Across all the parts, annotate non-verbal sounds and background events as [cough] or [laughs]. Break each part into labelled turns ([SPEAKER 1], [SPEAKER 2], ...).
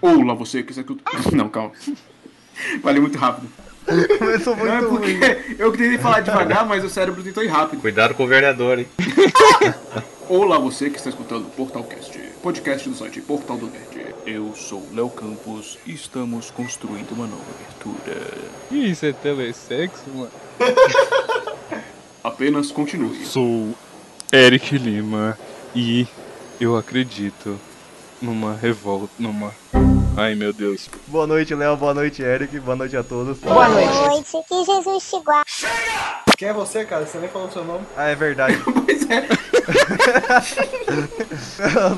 [SPEAKER 1] Ou lá você quiser que eu. [laughs] Não, calma. Valeu muito rápido.
[SPEAKER 2] Começou muito
[SPEAKER 1] Não é
[SPEAKER 2] ruim.
[SPEAKER 1] porque eu tentei falar devagar, mas o cérebro tentou ir rápido.
[SPEAKER 3] Cuidado com o vereador, hein?
[SPEAKER 1] Olá, você que está escutando o Portalcast, podcast do site Portal do Nerd. Eu sou o Léo Campos e estamos construindo uma nova abertura.
[SPEAKER 4] Ih, isso é telesexo, mano?
[SPEAKER 1] Apenas continue. [laughs]
[SPEAKER 4] Sou Eric Lima e eu acredito numa revolta, numa... Ai, meu Deus.
[SPEAKER 2] Boa noite, Léo. Boa noite, Eric. Boa noite a todos.
[SPEAKER 5] Boa noite.
[SPEAKER 6] noite, que Jesus te guarde.
[SPEAKER 5] Quem é você, cara? Você nem falou seu nome.
[SPEAKER 2] Ah, é verdade. [laughs]
[SPEAKER 1] Pois é.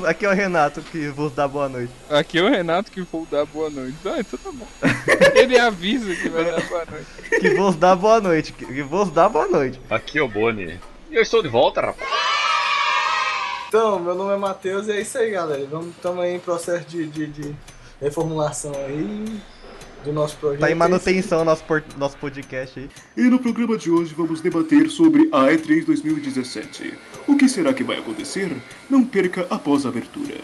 [SPEAKER 2] Aqui é o Renato que vos dá boa noite.
[SPEAKER 4] Aqui é o Renato que vou dar boa noite. Ah, então tá bom. [laughs] Ele avisa que vai dar boa noite.
[SPEAKER 2] Que vos dá boa noite. Que que vos dá boa noite. Tá
[SPEAKER 3] Aqui é o Boni. E eu estou de volta, rapaz.
[SPEAKER 5] Então, meu nome é Matheus e é isso aí, galera. Vamos tamo aí em processo de, de, de reformulação aí do nosso projeto.
[SPEAKER 2] Tá em manutenção nosso, por- nosso podcast aí.
[SPEAKER 1] E no programa de hoje vamos debater sobre a E3 2017. O que será que vai acontecer? Não perca após a abertura.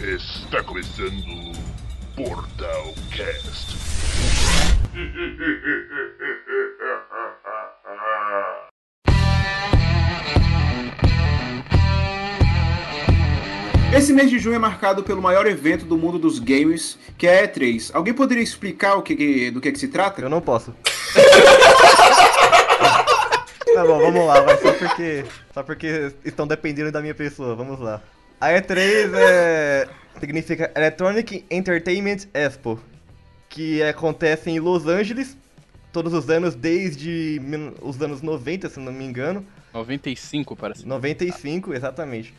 [SPEAKER 7] Está começando Portal [laughs] Cast.
[SPEAKER 1] Esse mês de junho é marcado pelo maior evento do mundo dos games, que é a E3. Alguém poderia explicar o que, que- do que, que se trata?
[SPEAKER 2] Eu não posso. Tá bom, vamos lá, vai só porque. Só porque estão dependendo da minha pessoa, vamos lá. A E3 é. significa Electronic Entertainment Expo. Que acontece em Los Angeles todos os anos desde min- os anos 90, se não me engano.
[SPEAKER 4] 95, parece.
[SPEAKER 2] 95, exatamente.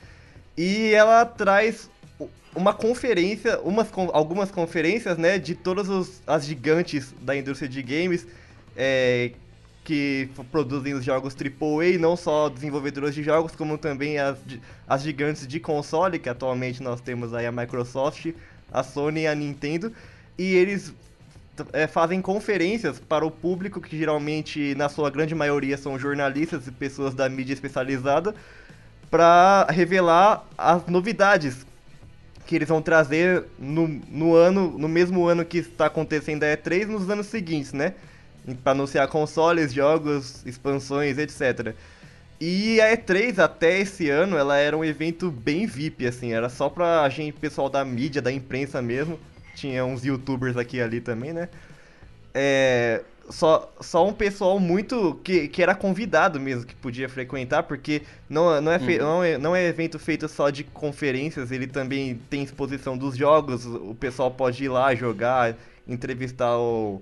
[SPEAKER 2] E ela traz u- uma conferência, umas, con- algumas conferências, né, de todas os- as gigantes da indústria de games é, que f- produzem os jogos AAA, não só desenvolvedoras de jogos, como também as, gi- as gigantes de console, que atualmente nós temos aí a Microsoft, a Sony e a Nintendo. E eles t- é, fazem conferências para o público, que geralmente, na sua grande maioria, são jornalistas e pessoas da mídia especializada, para revelar as novidades que eles vão trazer no, no ano, no mesmo ano que está acontecendo a E3, nos anos seguintes, né? Para anunciar consoles, jogos, expansões, etc. E a E3 até esse ano, ela era um evento bem VIP, assim, era só pra gente, pessoal da mídia, da imprensa mesmo. Tinha uns youtubers aqui e ali também, né? É, só, só um pessoal muito que, que era convidado mesmo que podia frequentar, porque não, não, é fe- não, é, não é evento feito só de conferências, ele também tem exposição dos jogos, o pessoal pode ir lá jogar, entrevistar o,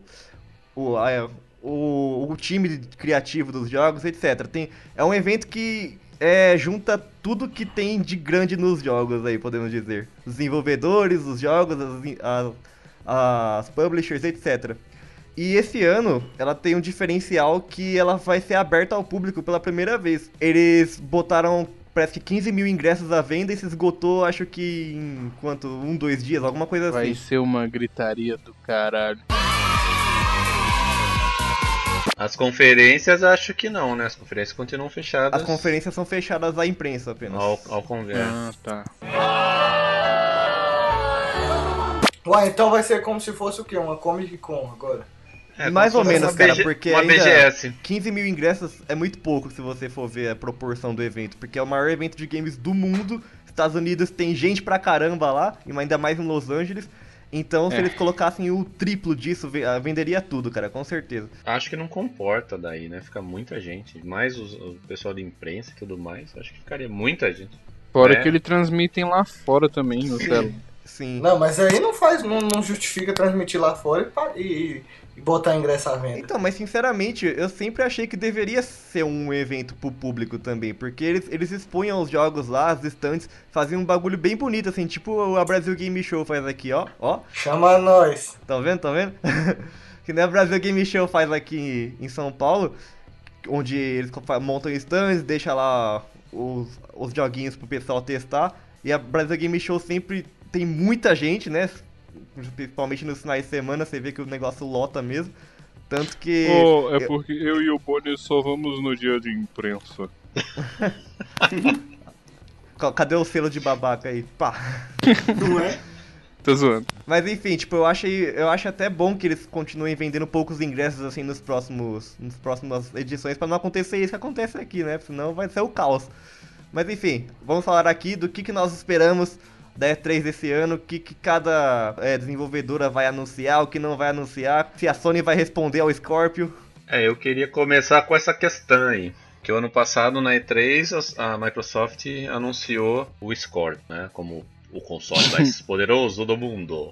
[SPEAKER 2] o, a- o, o time criativo dos jogos, etc. Tem, é um evento que é, junta tudo que tem de grande nos jogos aí, podemos dizer. Os desenvolvedores, os jogos, as, in- a- as publishers, etc. E esse ano ela tem um diferencial que ela vai ser aberta ao público pela primeira vez. Eles botaram parece que 15 mil ingressos à venda e se esgotou, acho que em quanto? Um, dois dias, alguma coisa assim.
[SPEAKER 4] Vai ser uma gritaria do caralho.
[SPEAKER 3] As conferências acho que não, né? As conferências continuam fechadas.
[SPEAKER 2] As conferências são fechadas à imprensa apenas.
[SPEAKER 3] Ao, ao convés.
[SPEAKER 4] Ah, tá.
[SPEAKER 5] Ué, então vai ser como se fosse o quê? Uma Comic Con agora.
[SPEAKER 3] É,
[SPEAKER 2] Mais
[SPEAKER 3] como
[SPEAKER 2] ou
[SPEAKER 3] se fosse
[SPEAKER 2] menos,
[SPEAKER 3] uma
[SPEAKER 2] cara,
[SPEAKER 3] BG
[SPEAKER 2] porque
[SPEAKER 3] Uma
[SPEAKER 2] ainda-
[SPEAKER 3] BGS.
[SPEAKER 2] 15 mil ingressos é muito pouco se você for ver a proporção do evento, porque é o maior evento de games do mundo. Estados Unidos tem gente pra caramba lá, e ainda mais em Los Angeles. Então, se
[SPEAKER 4] É.
[SPEAKER 2] eles colocassem o triplo disso, ve- ah, venderia tudo, cara, com certeza.
[SPEAKER 3] Acho que não comporta daí, né? Fica muita gente. Mais os- o pessoal de imprensa e tudo mais. Acho que ficaria muita gente.
[SPEAKER 4] Fora
[SPEAKER 3] É.
[SPEAKER 4] que ele transmitem lá fora também, o telo.
[SPEAKER 2] Sim.
[SPEAKER 5] Não, mas aí não faz, não, não justifica transmitir lá fora e pa- e, e botar ingresso à venda.
[SPEAKER 2] Então, mas sinceramente, eu sempre achei que deveria ser um evento pro público também, porque eles, eles expunham os jogos lá, as estantes, faziam um bagulho bem bonito, assim, tipo a Brasil Game Show faz aqui, ó, ó.
[SPEAKER 5] Chama nós.
[SPEAKER 2] Tá vendo? Tá vendo? [laughs] que nem a Brasil Game Show faz aqui em São Paulo, onde eles co- fa- montam stands, deixa lá os, os joguinhos pro pessoal testar. E a Brasil Game Show sempre tem muita gente, né? Principalmente nos finais de semana, você vê que o negócio lota mesmo. Tanto que.
[SPEAKER 4] Oh, é porque eu e o Bonner só vamos no dia de imprensa.
[SPEAKER 2] Ca- Cadê o selo de babaca aí? Pá.
[SPEAKER 5] Não é?
[SPEAKER 4] Tô zoando.
[SPEAKER 2] Mas enfim, tipo, eu acho, eu acho até bom que eles continuem vendendo poucos ingressos assim nos próximos, nos próximas edições pra não acontecer isso que acontece aqui, né? Senão vai ser o caos. Mas enfim, vamos falar aqui do que, que nós esperamos da E3 desse ano, o que, que cada é, desenvolvedora vai anunciar, o que não vai anunciar, se a Sony vai responder ao Scorpio.
[SPEAKER 3] É, eu queria começar com essa questão aí. Que o ano passado na E3 a a Microsoft anunciou o Scorpio, né? Como
[SPEAKER 2] [laughs]
[SPEAKER 3] o console mais poderoso do mundo.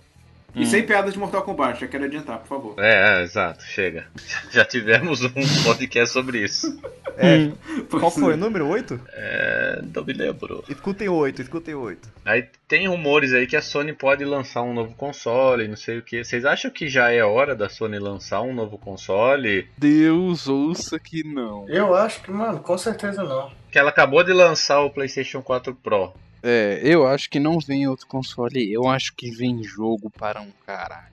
[SPEAKER 5] E sem piadas de Mortal Kombat, já quero adiantar, por favor.
[SPEAKER 3] É, é, exato, chega. [laughs] Já tivemos um [laughs] podcast sobre isso.
[SPEAKER 2] É, [laughs] qual
[SPEAKER 6] [laughs]
[SPEAKER 2] foi? O número 8?
[SPEAKER 3] É, não me lembro.
[SPEAKER 2] Escutem o 8, escutem o 8.
[SPEAKER 3] Aí tem rumores aí que a Sony pode lançar um novo console, não sei o que. Vocês acham que já é hora da Sony lançar um novo console?
[SPEAKER 4] Deus ouça que não.
[SPEAKER 5] Eu acho que, mano, com certeza não.
[SPEAKER 3] Que ela acabou de lançar o PlayStation 4 Pro.
[SPEAKER 4] É, eu acho que não vem outro console. Eu acho que vem jogo para um caralho.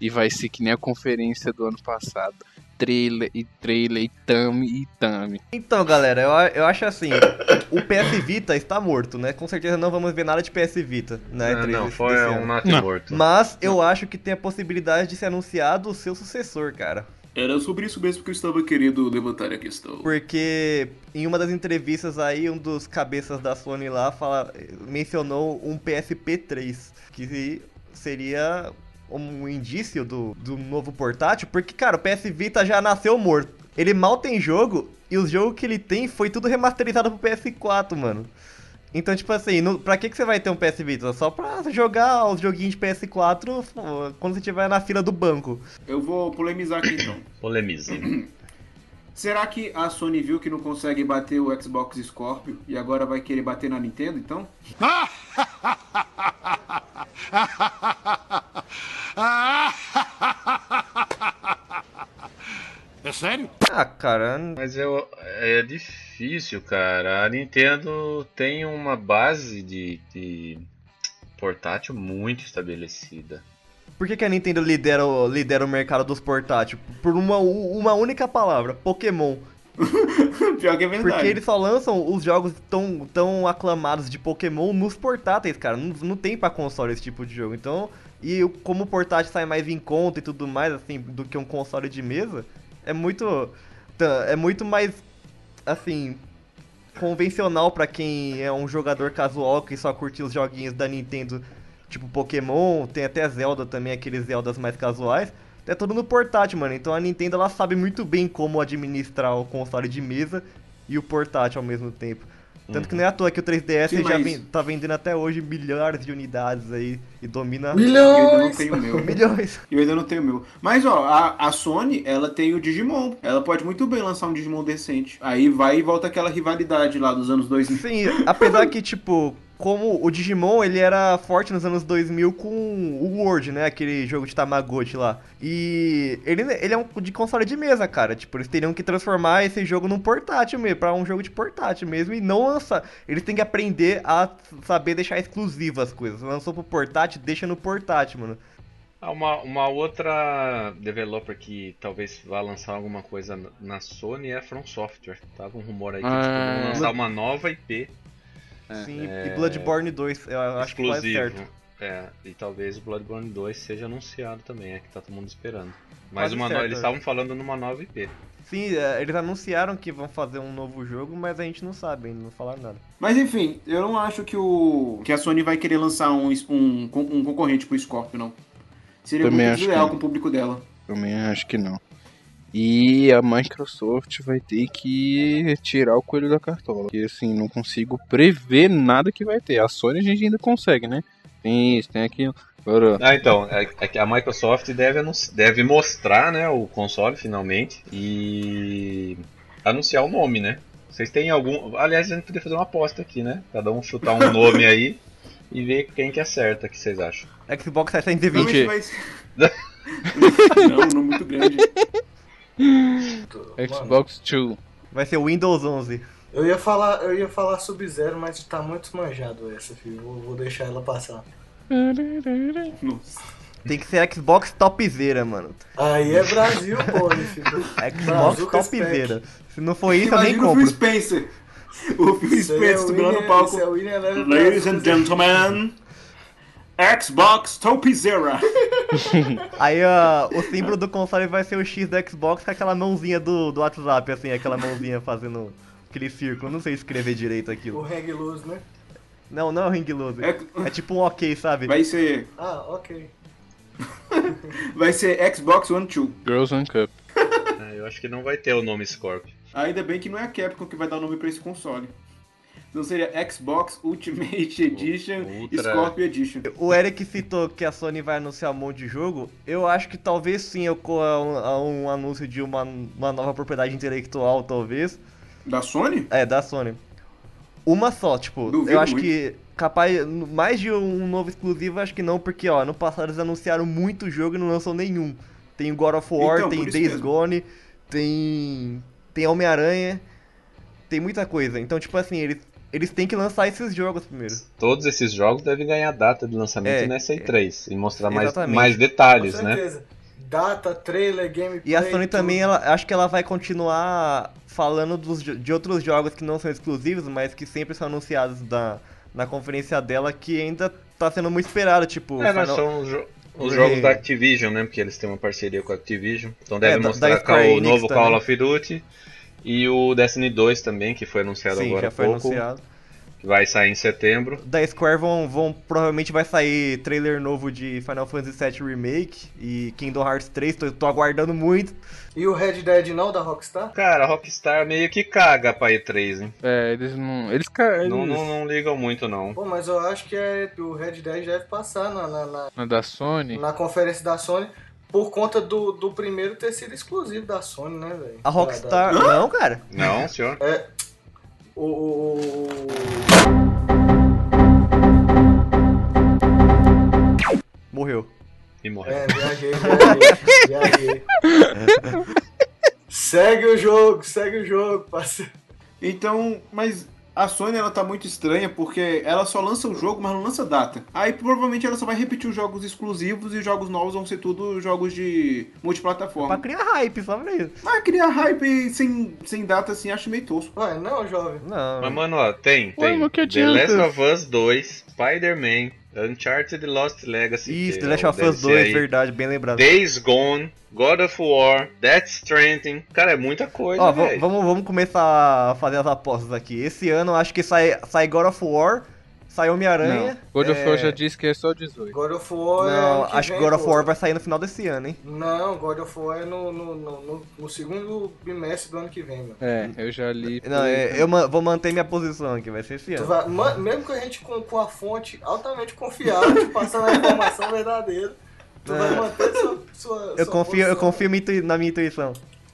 [SPEAKER 4] E vai ser que nem a conferência do ano passado. Trailer e trailer e tame e tame.
[SPEAKER 2] Então, galera, eu, a- eu acho assim, o PS Vita está morto, né? Com certeza não vamos ver nada de PS Vita, né?
[SPEAKER 3] Ah, não, foi um Nath
[SPEAKER 4] Não.
[SPEAKER 3] morto.
[SPEAKER 2] Mas eu acho que tem a possibilidade de ser anunciado o seu sucessor, cara.
[SPEAKER 1] Era sobre isso mesmo que eu estava querendo levantar a questão.
[SPEAKER 2] Porque em uma das entrevistas aí, um dos cabeças da Sony lá fala, mencionou um PSP3, que seria um indício do, do novo portátil, porque, cara, o PS Vita já nasceu morto. Ele mal tem jogo, e os jogos que ele tem foi tudo remasterizado pro PS4, mano. Então, tipo assim, no, pra que, que você vai ter um PS Vita? Só pra jogar os joguinhos de PS4 pô, quando você estiver na fila do banco.
[SPEAKER 6] Eu vou polemizar aqui então.
[SPEAKER 3] Polemize.
[SPEAKER 6] Será que a Sony viu que não consegue bater o Xbox Scorpio e agora vai querer bater na Nintendo então?
[SPEAKER 2] [laughs] Ah, cara,
[SPEAKER 3] Mas eu, é difícil, cara. A Nintendo tem uma base de, de portátil muito estabelecida.
[SPEAKER 2] Por que, que a Nintendo lidera o, lidera o mercado dos portáteis? Por uma, u- uma única palavra, Pokémon.
[SPEAKER 6] Pior que é verdade.
[SPEAKER 2] Porque eles só lançam os jogos tão, tão aclamados de Pokémon nos portáteis, cara. Não, não tem pra console esse tipo de jogo. Então, e o- como o portátil sai mais em conta e tudo mais, assim, do que um console de mesa, é muito. tá- É muito mais. Assim. Convencional pra quem é um jogador casual que só curte os joguinhos da Nintendo, tipo Pokémon, tem até Zelda também, aqueles Zeldas mais casuais. É tudo no portátil, mano. Então a Nintendo ela sabe muito bem como administrar o console de mesa e o portátil ao mesmo tempo. Tanto que não é à toa que o 3DS
[SPEAKER 6] Sim,
[SPEAKER 2] já
[SPEAKER 6] mas-
[SPEAKER 2] ven- tá vendendo até hoje milhares de unidades aí e domina
[SPEAKER 6] Eu ainda não
[SPEAKER 5] Milhões!
[SPEAKER 6] tenho o meu.
[SPEAKER 2] milhões.
[SPEAKER 6] Eu ainda não tenho o meu. Mas ó, a, a Sony, ela tem o Digimon. Ela pode muito bem lançar um Digimon decente. Aí vai e volta aquela rivalidade lá dos anos 2000.
[SPEAKER 2] Sim, apesar que, tipo, como o Digimon, ele era forte nos anos 2000 com o World, né? Aquele jogo de Tamagotchi lá. E ele, ele é um de console de mesa, cara. Tipo, eles teriam que transformar esse jogo num portátil mesmo, pra um jogo de portátil mesmo. E não lançar. Eles têm que aprender a saber deixar exclusivas as coisas. Lançou pro portátil, deixa no portátil, mano.
[SPEAKER 3] Ah, Uma, uma outra developer que talvez vá lançar alguma coisa na- na Sony é a From Software. Tava um rumor aí que eles
[SPEAKER 4] Ah.
[SPEAKER 3] vão lançar uma nova IP
[SPEAKER 2] Sim, e Bloodborne 2, eu acho que quase
[SPEAKER 3] exclusiva.
[SPEAKER 2] certo.
[SPEAKER 3] É, e talvez o Bloodborne 2 seja anunciado também, é que tá todo mundo esperando. Mas
[SPEAKER 2] Quase
[SPEAKER 3] uma no-
[SPEAKER 2] certo,
[SPEAKER 3] eles
[SPEAKER 2] é.
[SPEAKER 3] estavam falando numa nova IP.
[SPEAKER 2] Sim, é, eles anunciaram que vão fazer um novo jogo, mas a gente não sabe ainda, não falaram nada.
[SPEAKER 6] Mas enfim, eu não acho que o que a Sony vai querer lançar um, um, um concorrente pro Scorpio, não. Seria
[SPEAKER 4] Também
[SPEAKER 6] muito
[SPEAKER 4] acho
[SPEAKER 6] desleal
[SPEAKER 4] que-
[SPEAKER 6] com o público dela.
[SPEAKER 4] Também acho que não. E a Microsoft vai ter que tirar o coelho da cartola. Porque assim, não consigo prever nada que vai ter. A Sony a gente ainda consegue, né? Tem isso, tem aquilo. Agora,
[SPEAKER 3] Ah, então, é- é que a Microsoft deve, anunci- deve mostrar né, o console finalmente e anunciar o nome, né? Vocês têm algum. Aliás, a gente podia fazer uma aposta aqui, né? Cada um chutar um nome aí e ver quem que acerta, o que vocês acham.
[SPEAKER 2] Xbox
[SPEAKER 6] Então
[SPEAKER 2] 720.
[SPEAKER 4] Mentira.
[SPEAKER 6] isso vai ser... não, não muito grande.
[SPEAKER 5] Mano,
[SPEAKER 4] Xbox Two.
[SPEAKER 2] Vai ser o Windows 11.
[SPEAKER 5] eu ia falar, eu ia falar Sub-Zero, mas tá muito manjado essa, filho. Vou, vou deixar ela passar.
[SPEAKER 6] Nossa.
[SPEAKER 2] Tem que ser Xbox topzera, mano.
[SPEAKER 5] Aí é Brasil, pô, filho.
[SPEAKER 2] Xbox
[SPEAKER 5] Brazuca Spec.
[SPEAKER 2] topzera. Se não for isso, eu nem
[SPEAKER 6] Imagina o Phil
[SPEAKER 2] compro.
[SPEAKER 6] Spencer. O Phil Spencer subiu lá no palco.
[SPEAKER 5] Esse é o William Levy
[SPEAKER 6] Ladies and
[SPEAKER 5] Brothers.
[SPEAKER 6] gentlemen, Xbox Topizera.
[SPEAKER 2] Aí ó, o símbolo do console vai ser o X do Xbox com aquela mãozinha do, do WhatsApp, assim, aquela mãozinha fazendo aquele círculo. Não sei escrever direito
[SPEAKER 5] O
[SPEAKER 2] aquilo.
[SPEAKER 5] Hang Loose, né?
[SPEAKER 2] Não, não é o Ring Loser.
[SPEAKER 6] É-
[SPEAKER 2] É tipo um ok, sabe?
[SPEAKER 6] Vai ser,
[SPEAKER 5] Ah, ok.
[SPEAKER 6] vai ser Xbox One Two.
[SPEAKER 4] Girls on Cup.
[SPEAKER 3] Ah, eu acho que não vai ter o nome Scorpio.
[SPEAKER 6] Ainda bem que não é a Capcom que vai dar o nome pra esse console. Então seria Xbox Ultimate Edition
[SPEAKER 3] Ultra.
[SPEAKER 6] Scorpio Edition.
[SPEAKER 2] O Eric citou que a Sony vai anunciar um monte de jogo. Eu acho que talvez sim ocorra um, a um anúncio de uma, uma nova propriedade intelectual, talvez.
[SPEAKER 6] Da Sony?
[SPEAKER 2] É, da Sony. Uma só, tipo,
[SPEAKER 6] Duvido
[SPEAKER 2] eu acho
[SPEAKER 6] muito.
[SPEAKER 2] que capaz. Mais de um novo exclusivo, acho que não, porque ó, no passado eles anunciaram muito jogo e não lançou nenhum. Tem God of War,
[SPEAKER 6] Então,
[SPEAKER 2] tem
[SPEAKER 6] por isso
[SPEAKER 2] Days
[SPEAKER 6] mesmo.
[SPEAKER 2] Gone, tem. Tem Homem-Aranha, tem muita coisa. Então, tipo assim, eles, eles têm que lançar esses jogos primeiro.
[SPEAKER 3] Todos esses jogos devem ganhar data de lançamento
[SPEAKER 2] É,
[SPEAKER 3] nessa E3 e mostrar mais,
[SPEAKER 2] Exatamente.
[SPEAKER 3] mais
[SPEAKER 5] Com
[SPEAKER 3] detalhes, né?
[SPEAKER 5] certeza. Data, trailer, gameplay.
[SPEAKER 2] E a
[SPEAKER 6] É,
[SPEAKER 2] Sony
[SPEAKER 6] então.
[SPEAKER 5] tudo.
[SPEAKER 2] também, ela, acho que ela vai continuar falando dos jo- de outros jogos que não são exclusivos, mas que sempre são anunciados na, na conferência dela, que ainda tá sendo muito esperado, tipo...
[SPEAKER 3] É, mas
[SPEAKER 2] Final-
[SPEAKER 3] são os, jo- os
[SPEAKER 2] Re-
[SPEAKER 3] jogos da Activision, né? Porque eles têm uma parceria com a Activision. Então deve
[SPEAKER 2] É, da- da
[SPEAKER 3] mostrar
[SPEAKER 2] Square
[SPEAKER 3] o
[SPEAKER 2] Enix
[SPEAKER 3] novo
[SPEAKER 2] também.
[SPEAKER 3] Call of Duty e o Destiny 2 também, que foi anunciado
[SPEAKER 2] Sim,
[SPEAKER 3] agora
[SPEAKER 2] já
[SPEAKER 3] há
[SPEAKER 2] foi
[SPEAKER 3] pouco.
[SPEAKER 2] anunciado.
[SPEAKER 3] Que vai sair em setembro.
[SPEAKER 2] Da Square vão, vão... Provavelmente vai sair trailer novo de Final Fantasy VII Remake e Kingdom Hearts 3, tô, tô aguardando muito.
[SPEAKER 5] E o Red Dead não, da Rockstar?
[SPEAKER 3] Cara, a Rockstar meio que caga pra E3, hein?
[SPEAKER 4] É, eles não. Eles, ca-
[SPEAKER 2] É
[SPEAKER 4] eles
[SPEAKER 3] Não, não, não ligam muito, não.
[SPEAKER 5] Pô, mas eu acho que é, o Red Dead deve passar na, na, na-
[SPEAKER 4] na é da Sony.
[SPEAKER 5] na conferência da Sony por conta do, do primeiro ter sido exclusivo da Sony, né, velho?
[SPEAKER 4] Tá,
[SPEAKER 2] A Rockstar...
[SPEAKER 5] Da- da-
[SPEAKER 2] Não, cara. [laughs]
[SPEAKER 3] Não, senhor.
[SPEAKER 5] O, o, o- o-
[SPEAKER 2] Morreu.
[SPEAKER 3] E morreu.
[SPEAKER 5] É,
[SPEAKER 2] [laughs]
[SPEAKER 5] viajei, viajei, viajei. Segue o jogo, segue o jogo, parceiro.
[SPEAKER 6] Então, mas a Sony ela tá muito estranha porque ela só lança o jogo, mas não lança data. Aí provavelmente ela só vai repetir os jogos exclusivos e os jogos novos vão ser tudo jogos de
[SPEAKER 4] Hum.
[SPEAKER 2] Pra
[SPEAKER 6] multiplataforma.
[SPEAKER 2] criar hype, só pra isso.
[SPEAKER 6] Mas criar hype sem, sem data assim acho meio tosco.
[SPEAKER 5] Ué, não, jovem.
[SPEAKER 2] Não.
[SPEAKER 3] Mas, mano, ó, tem,
[SPEAKER 4] Ué,
[SPEAKER 3] tem
[SPEAKER 4] mas que
[SPEAKER 3] The Last
[SPEAKER 4] adianta?
[SPEAKER 3] of Us 2, Spider-Man, Uncharted Lost Legacy.
[SPEAKER 2] Isso, The
[SPEAKER 3] que é
[SPEAKER 2] Last
[SPEAKER 3] o
[SPEAKER 2] of Us
[SPEAKER 3] DLC
[SPEAKER 2] 2,
[SPEAKER 3] aí,
[SPEAKER 2] verdade, bem lembrado.
[SPEAKER 3] Days Gone, God of War, Death Stranding. Cara, é muita coisa,
[SPEAKER 2] Ó, va-
[SPEAKER 3] velho.
[SPEAKER 2] vamos, vamos começar a fazer as apostas aqui. Esse ano eu acho que sai, sai God of War, sai Homem-Aranha.
[SPEAKER 4] Não. God of War
[SPEAKER 2] é,
[SPEAKER 4] já disse que é só 18.
[SPEAKER 5] God of War é
[SPEAKER 2] Não,
[SPEAKER 5] ano que
[SPEAKER 2] acho que
[SPEAKER 5] vem,
[SPEAKER 2] God of
[SPEAKER 5] pô.
[SPEAKER 2] War vai sair no final desse ano, hein?
[SPEAKER 5] Não, God of War é no, no, no, no- no segundo bimestre do ano que vem, mano.
[SPEAKER 4] É, eu já li.
[SPEAKER 2] Não, é, eu ma- vou manter minha posição aqui, vai ser esse
[SPEAKER 5] Tu
[SPEAKER 2] ano.
[SPEAKER 5] vai- ma- mesmo que a gente com, com a fonte altamente confiável, [laughs] te passando a informação verdadeira, tu vai manter sua. sua
[SPEAKER 2] É. Eu
[SPEAKER 5] sua
[SPEAKER 2] confio, eu
[SPEAKER 5] posição.
[SPEAKER 2] confio minha intui- na minha intuição.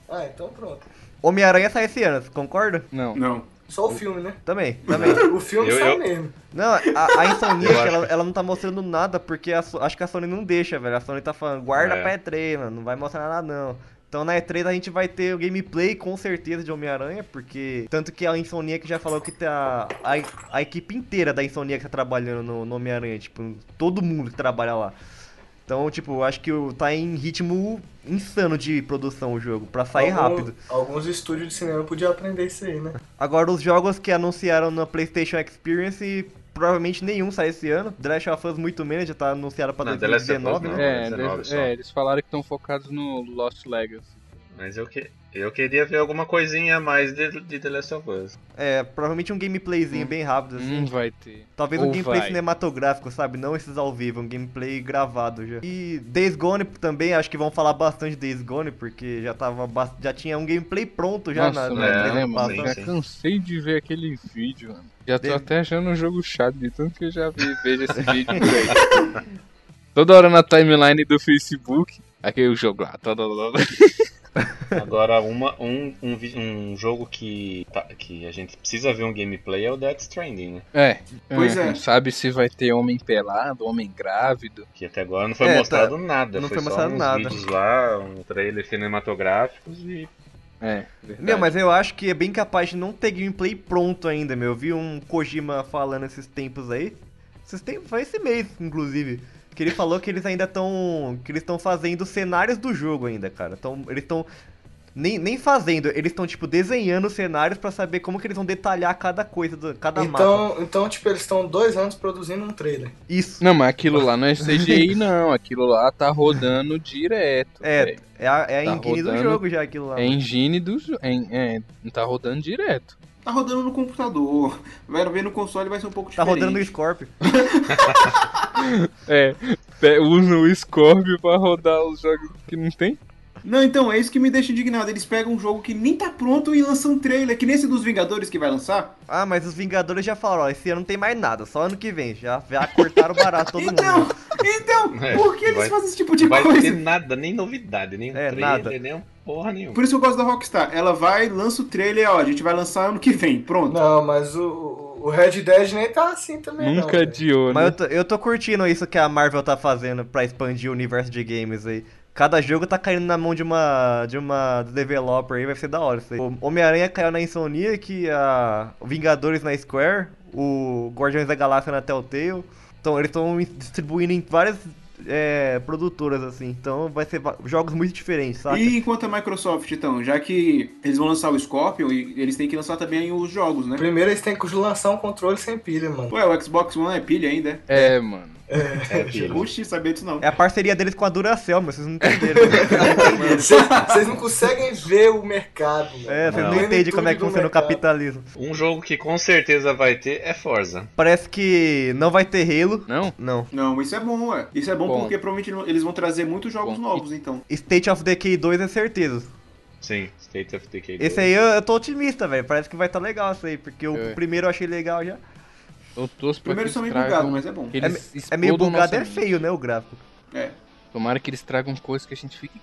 [SPEAKER 5] Ah, então pronto.
[SPEAKER 2] Homem-Aranha sai esse ano, concorda?
[SPEAKER 4] Não.
[SPEAKER 6] Não.
[SPEAKER 5] Só o filme, né?
[SPEAKER 2] Também,
[SPEAKER 5] [laughs]
[SPEAKER 2] também.
[SPEAKER 5] O filme
[SPEAKER 3] Eu-
[SPEAKER 5] sai
[SPEAKER 3] eu-
[SPEAKER 5] mesmo.
[SPEAKER 2] Não, a, a Insomniac,
[SPEAKER 3] Eu acho
[SPEAKER 2] ela, ela não tá mostrando nada, porque a So- acho que a Sony não deixa, velho. A Sony tá falando, guarda
[SPEAKER 3] É.
[SPEAKER 2] pra E3, mano, não vai mostrar nada não. Então na E3 a gente vai ter o gameplay com certeza de Homem-Aranha, porque. Tanto que a Insomniac já falou que tá. A, a equipe inteira da Insomniac tá trabalhando no, no Homem-Aranha, tipo, todo mundo que trabalha lá. Então, tipo, acho que o- tá em ritmo insano de produção o jogo, pra sair
[SPEAKER 5] Algum-
[SPEAKER 2] rápido. Tá
[SPEAKER 5] Alguns estúdios de cinema podiam aprender isso aí, né?
[SPEAKER 2] Agora, os jogos que anunciaram na PlayStation Experience, provavelmente nenhum sai esse ano. The Last of Us muito menos, já tá anunciado pra
[SPEAKER 3] Não, The Last of Us
[SPEAKER 2] 2019,
[SPEAKER 3] não.
[SPEAKER 2] né?
[SPEAKER 4] É,
[SPEAKER 3] 19
[SPEAKER 4] eles,
[SPEAKER 3] só.
[SPEAKER 4] é, eles falaram que estão focados no Lost Legacy.
[SPEAKER 3] Mas eu, que... eu queria ver alguma coisinha a mais de, de The Last of
[SPEAKER 2] [laughs]
[SPEAKER 3] Us.
[SPEAKER 2] É, provavelmente um gameplayzinho
[SPEAKER 4] Hum.
[SPEAKER 2] bem rápido, assim.
[SPEAKER 4] Não vai ter.
[SPEAKER 2] Talvez um
[SPEAKER 4] Ou
[SPEAKER 2] gameplay
[SPEAKER 4] vai.
[SPEAKER 2] cinematográfico, sabe? Não esses ao vivo, um gameplay gravado já. E Days Gone também, acho que vão falar bastante de Days Gone, porque já tava bas- já tinha um gameplay pronto já
[SPEAKER 4] Nossa,
[SPEAKER 2] na,
[SPEAKER 4] mano,
[SPEAKER 2] na
[SPEAKER 3] é,
[SPEAKER 4] né,
[SPEAKER 2] apresentação.
[SPEAKER 4] mano?
[SPEAKER 3] sim,
[SPEAKER 4] já
[SPEAKER 3] sim.
[SPEAKER 4] cansei de ver aquele vídeo, mano. Já tô
[SPEAKER 2] assim. Deve-
[SPEAKER 4] até achando um jogo chato de tanto que eu já vi, vejo esse vídeo por aí. [laughs] Toda hora na timeline do Facebook, aquele jogo lá. tá, tá, tá, tá.
[SPEAKER 3] Agora, uma, um, um, vi- um jogo que, tá- que a gente precisa ver um gameplay é o Death Stranding, né?
[SPEAKER 4] É,
[SPEAKER 6] Pois é.
[SPEAKER 4] Não sabe se vai ter homem pelado, homem grávido.
[SPEAKER 3] Que até agora não foi
[SPEAKER 2] É, tá.
[SPEAKER 3] mostrado nada.
[SPEAKER 2] Não
[SPEAKER 3] foi,
[SPEAKER 2] foi
[SPEAKER 3] só
[SPEAKER 2] mostrado
[SPEAKER 3] uns
[SPEAKER 2] nada.
[SPEAKER 3] vídeos lá, um trailer cinematográfico
[SPEAKER 2] [laughs]
[SPEAKER 3] e...
[SPEAKER 4] É, verdade.
[SPEAKER 2] Meu, mas eu acho que é bem capaz de não ter gameplay pronto ainda, meu. Eu vi um Kojima falando esses tempos aí. Esses tempos, foi esse mês, inclusive. Que ele falou que eles ainda estão. que eles estão fazendo cenários do jogo ainda, cara. Então, eles estão. nem, nem fazendo, eles estão, tipo, desenhando os cenários pra saber como que eles vão detalhar cada coisa, do- cada mapa.
[SPEAKER 5] Então, então, tipo, eles estão dois anos produzindo um trailer.
[SPEAKER 2] Isso.
[SPEAKER 4] Não, mas aquilo lá não é
[SPEAKER 2] [laughs]
[SPEAKER 4] CGI, não. Aquilo lá tá rodando direto.
[SPEAKER 2] É, tá
[SPEAKER 4] velho.
[SPEAKER 2] é a, é a
[SPEAKER 4] Tá
[SPEAKER 2] engine do
[SPEAKER 4] rodando.
[SPEAKER 2] jogo já aquilo lá.
[SPEAKER 4] É engine do. jo- É, é, tá rodando direto.
[SPEAKER 6] Tá rodando no computador. Vai ver no console vai ser um pouco
[SPEAKER 2] Tá
[SPEAKER 6] diferente.
[SPEAKER 2] rodando no Scorpio.
[SPEAKER 4] É, pe- usa o Scorpio pra rodar os jogos que não tem.
[SPEAKER 6] Não, então, é isso que me deixa indignado. Eles pegam um jogo que nem tá pronto e lançam um trailer, que nem esse dos Vingadores que vai lançar.
[SPEAKER 2] Ah, mas os Vingadores já falaram, ó, esse ano não tem mais nada, só ano que vem. Já, já cortaram barato
[SPEAKER 4] [laughs]
[SPEAKER 2] todo mundo.
[SPEAKER 6] então, então,
[SPEAKER 3] [laughs] É,
[SPEAKER 6] por que eles
[SPEAKER 3] vai-
[SPEAKER 6] fazem esse tipo de
[SPEAKER 3] Não vai
[SPEAKER 6] coisa?
[SPEAKER 3] ter nada, nem novidade, nem um
[SPEAKER 2] É,
[SPEAKER 3] trailer,
[SPEAKER 2] nada.
[SPEAKER 3] nem um porra nenhuma.
[SPEAKER 6] Por isso que eu gosto da Rockstar. Ela vai, lança o trailer, ó, a gente vai lançar ano que vem, pronto.
[SPEAKER 5] Não, mas o, o Red Dead nem tá assim também, não.
[SPEAKER 4] Nunca
[SPEAKER 5] velho.
[SPEAKER 4] adiou,
[SPEAKER 2] é Mas
[SPEAKER 4] né?
[SPEAKER 2] eu tô, eu tô curtindo isso que a Marvel tá fazendo pra expandir o universo de games aí. Cada jogo tá caindo na mão de uma de uma developer aí, vai ser da hora isso aí. O Homem-Aranha caiu na Insomniac, a o Vingadores na Square, o Guardiões da Galáxia na Telltale. Então eles estão distribuindo em várias é, produtoras assim. Então vai ser va- jogos muito diferentes, saca?
[SPEAKER 6] E enquanto a Microsoft, então, já que eles vão lançar o Scorpion, e eles têm que lançar também os jogos, né?
[SPEAKER 5] Primeiro eles têm que lançar um controle sem pilha, mano.
[SPEAKER 6] Ué, o Xbox One é pilha ainda, é?
[SPEAKER 4] É, mano.
[SPEAKER 3] É, filho.
[SPEAKER 6] Puxa, sabia disso não.
[SPEAKER 2] É a parceria deles com a Duracell, mas vocês não entenderam.
[SPEAKER 5] [laughs] Vocês vocês não conseguem ver o mercado, mano.
[SPEAKER 2] é, vocês não,
[SPEAKER 3] Não.
[SPEAKER 2] entendem como é que
[SPEAKER 5] Plenitude do
[SPEAKER 2] funciona o
[SPEAKER 5] mercado.
[SPEAKER 2] capitalismo.
[SPEAKER 3] Um jogo que com certeza vai ter é Forza.
[SPEAKER 2] Parece que não vai ter Halo.
[SPEAKER 4] Não?
[SPEAKER 2] Não.
[SPEAKER 6] Não, isso é bom, ué. Isso é bom,
[SPEAKER 4] Bom.
[SPEAKER 6] porque provavelmente eles vão trazer muitos jogos
[SPEAKER 4] Bom.
[SPEAKER 6] novos, então.
[SPEAKER 2] State of Decay 2 é certeza.
[SPEAKER 3] Sim, State of Decay.
[SPEAKER 2] Esse é- aí eu, eu tô otimista, velho. Parece que vai tá legal isso aí, porque o
[SPEAKER 4] É.
[SPEAKER 2] primeiro eu achei legal já.
[SPEAKER 4] Eu torço pra
[SPEAKER 6] Primeiro
[SPEAKER 4] que um
[SPEAKER 6] são
[SPEAKER 4] eles
[SPEAKER 6] meio
[SPEAKER 4] tragam...
[SPEAKER 6] bugados, mas é bom.
[SPEAKER 4] que
[SPEAKER 2] É
[SPEAKER 4] eles
[SPEAKER 2] É meio
[SPEAKER 4] explodam
[SPEAKER 2] bugado,
[SPEAKER 4] nossa
[SPEAKER 2] é
[SPEAKER 4] mente.
[SPEAKER 2] feio, né, o gráfico.
[SPEAKER 6] É.
[SPEAKER 4] Tomara que eles tragam coisas que a gente fique,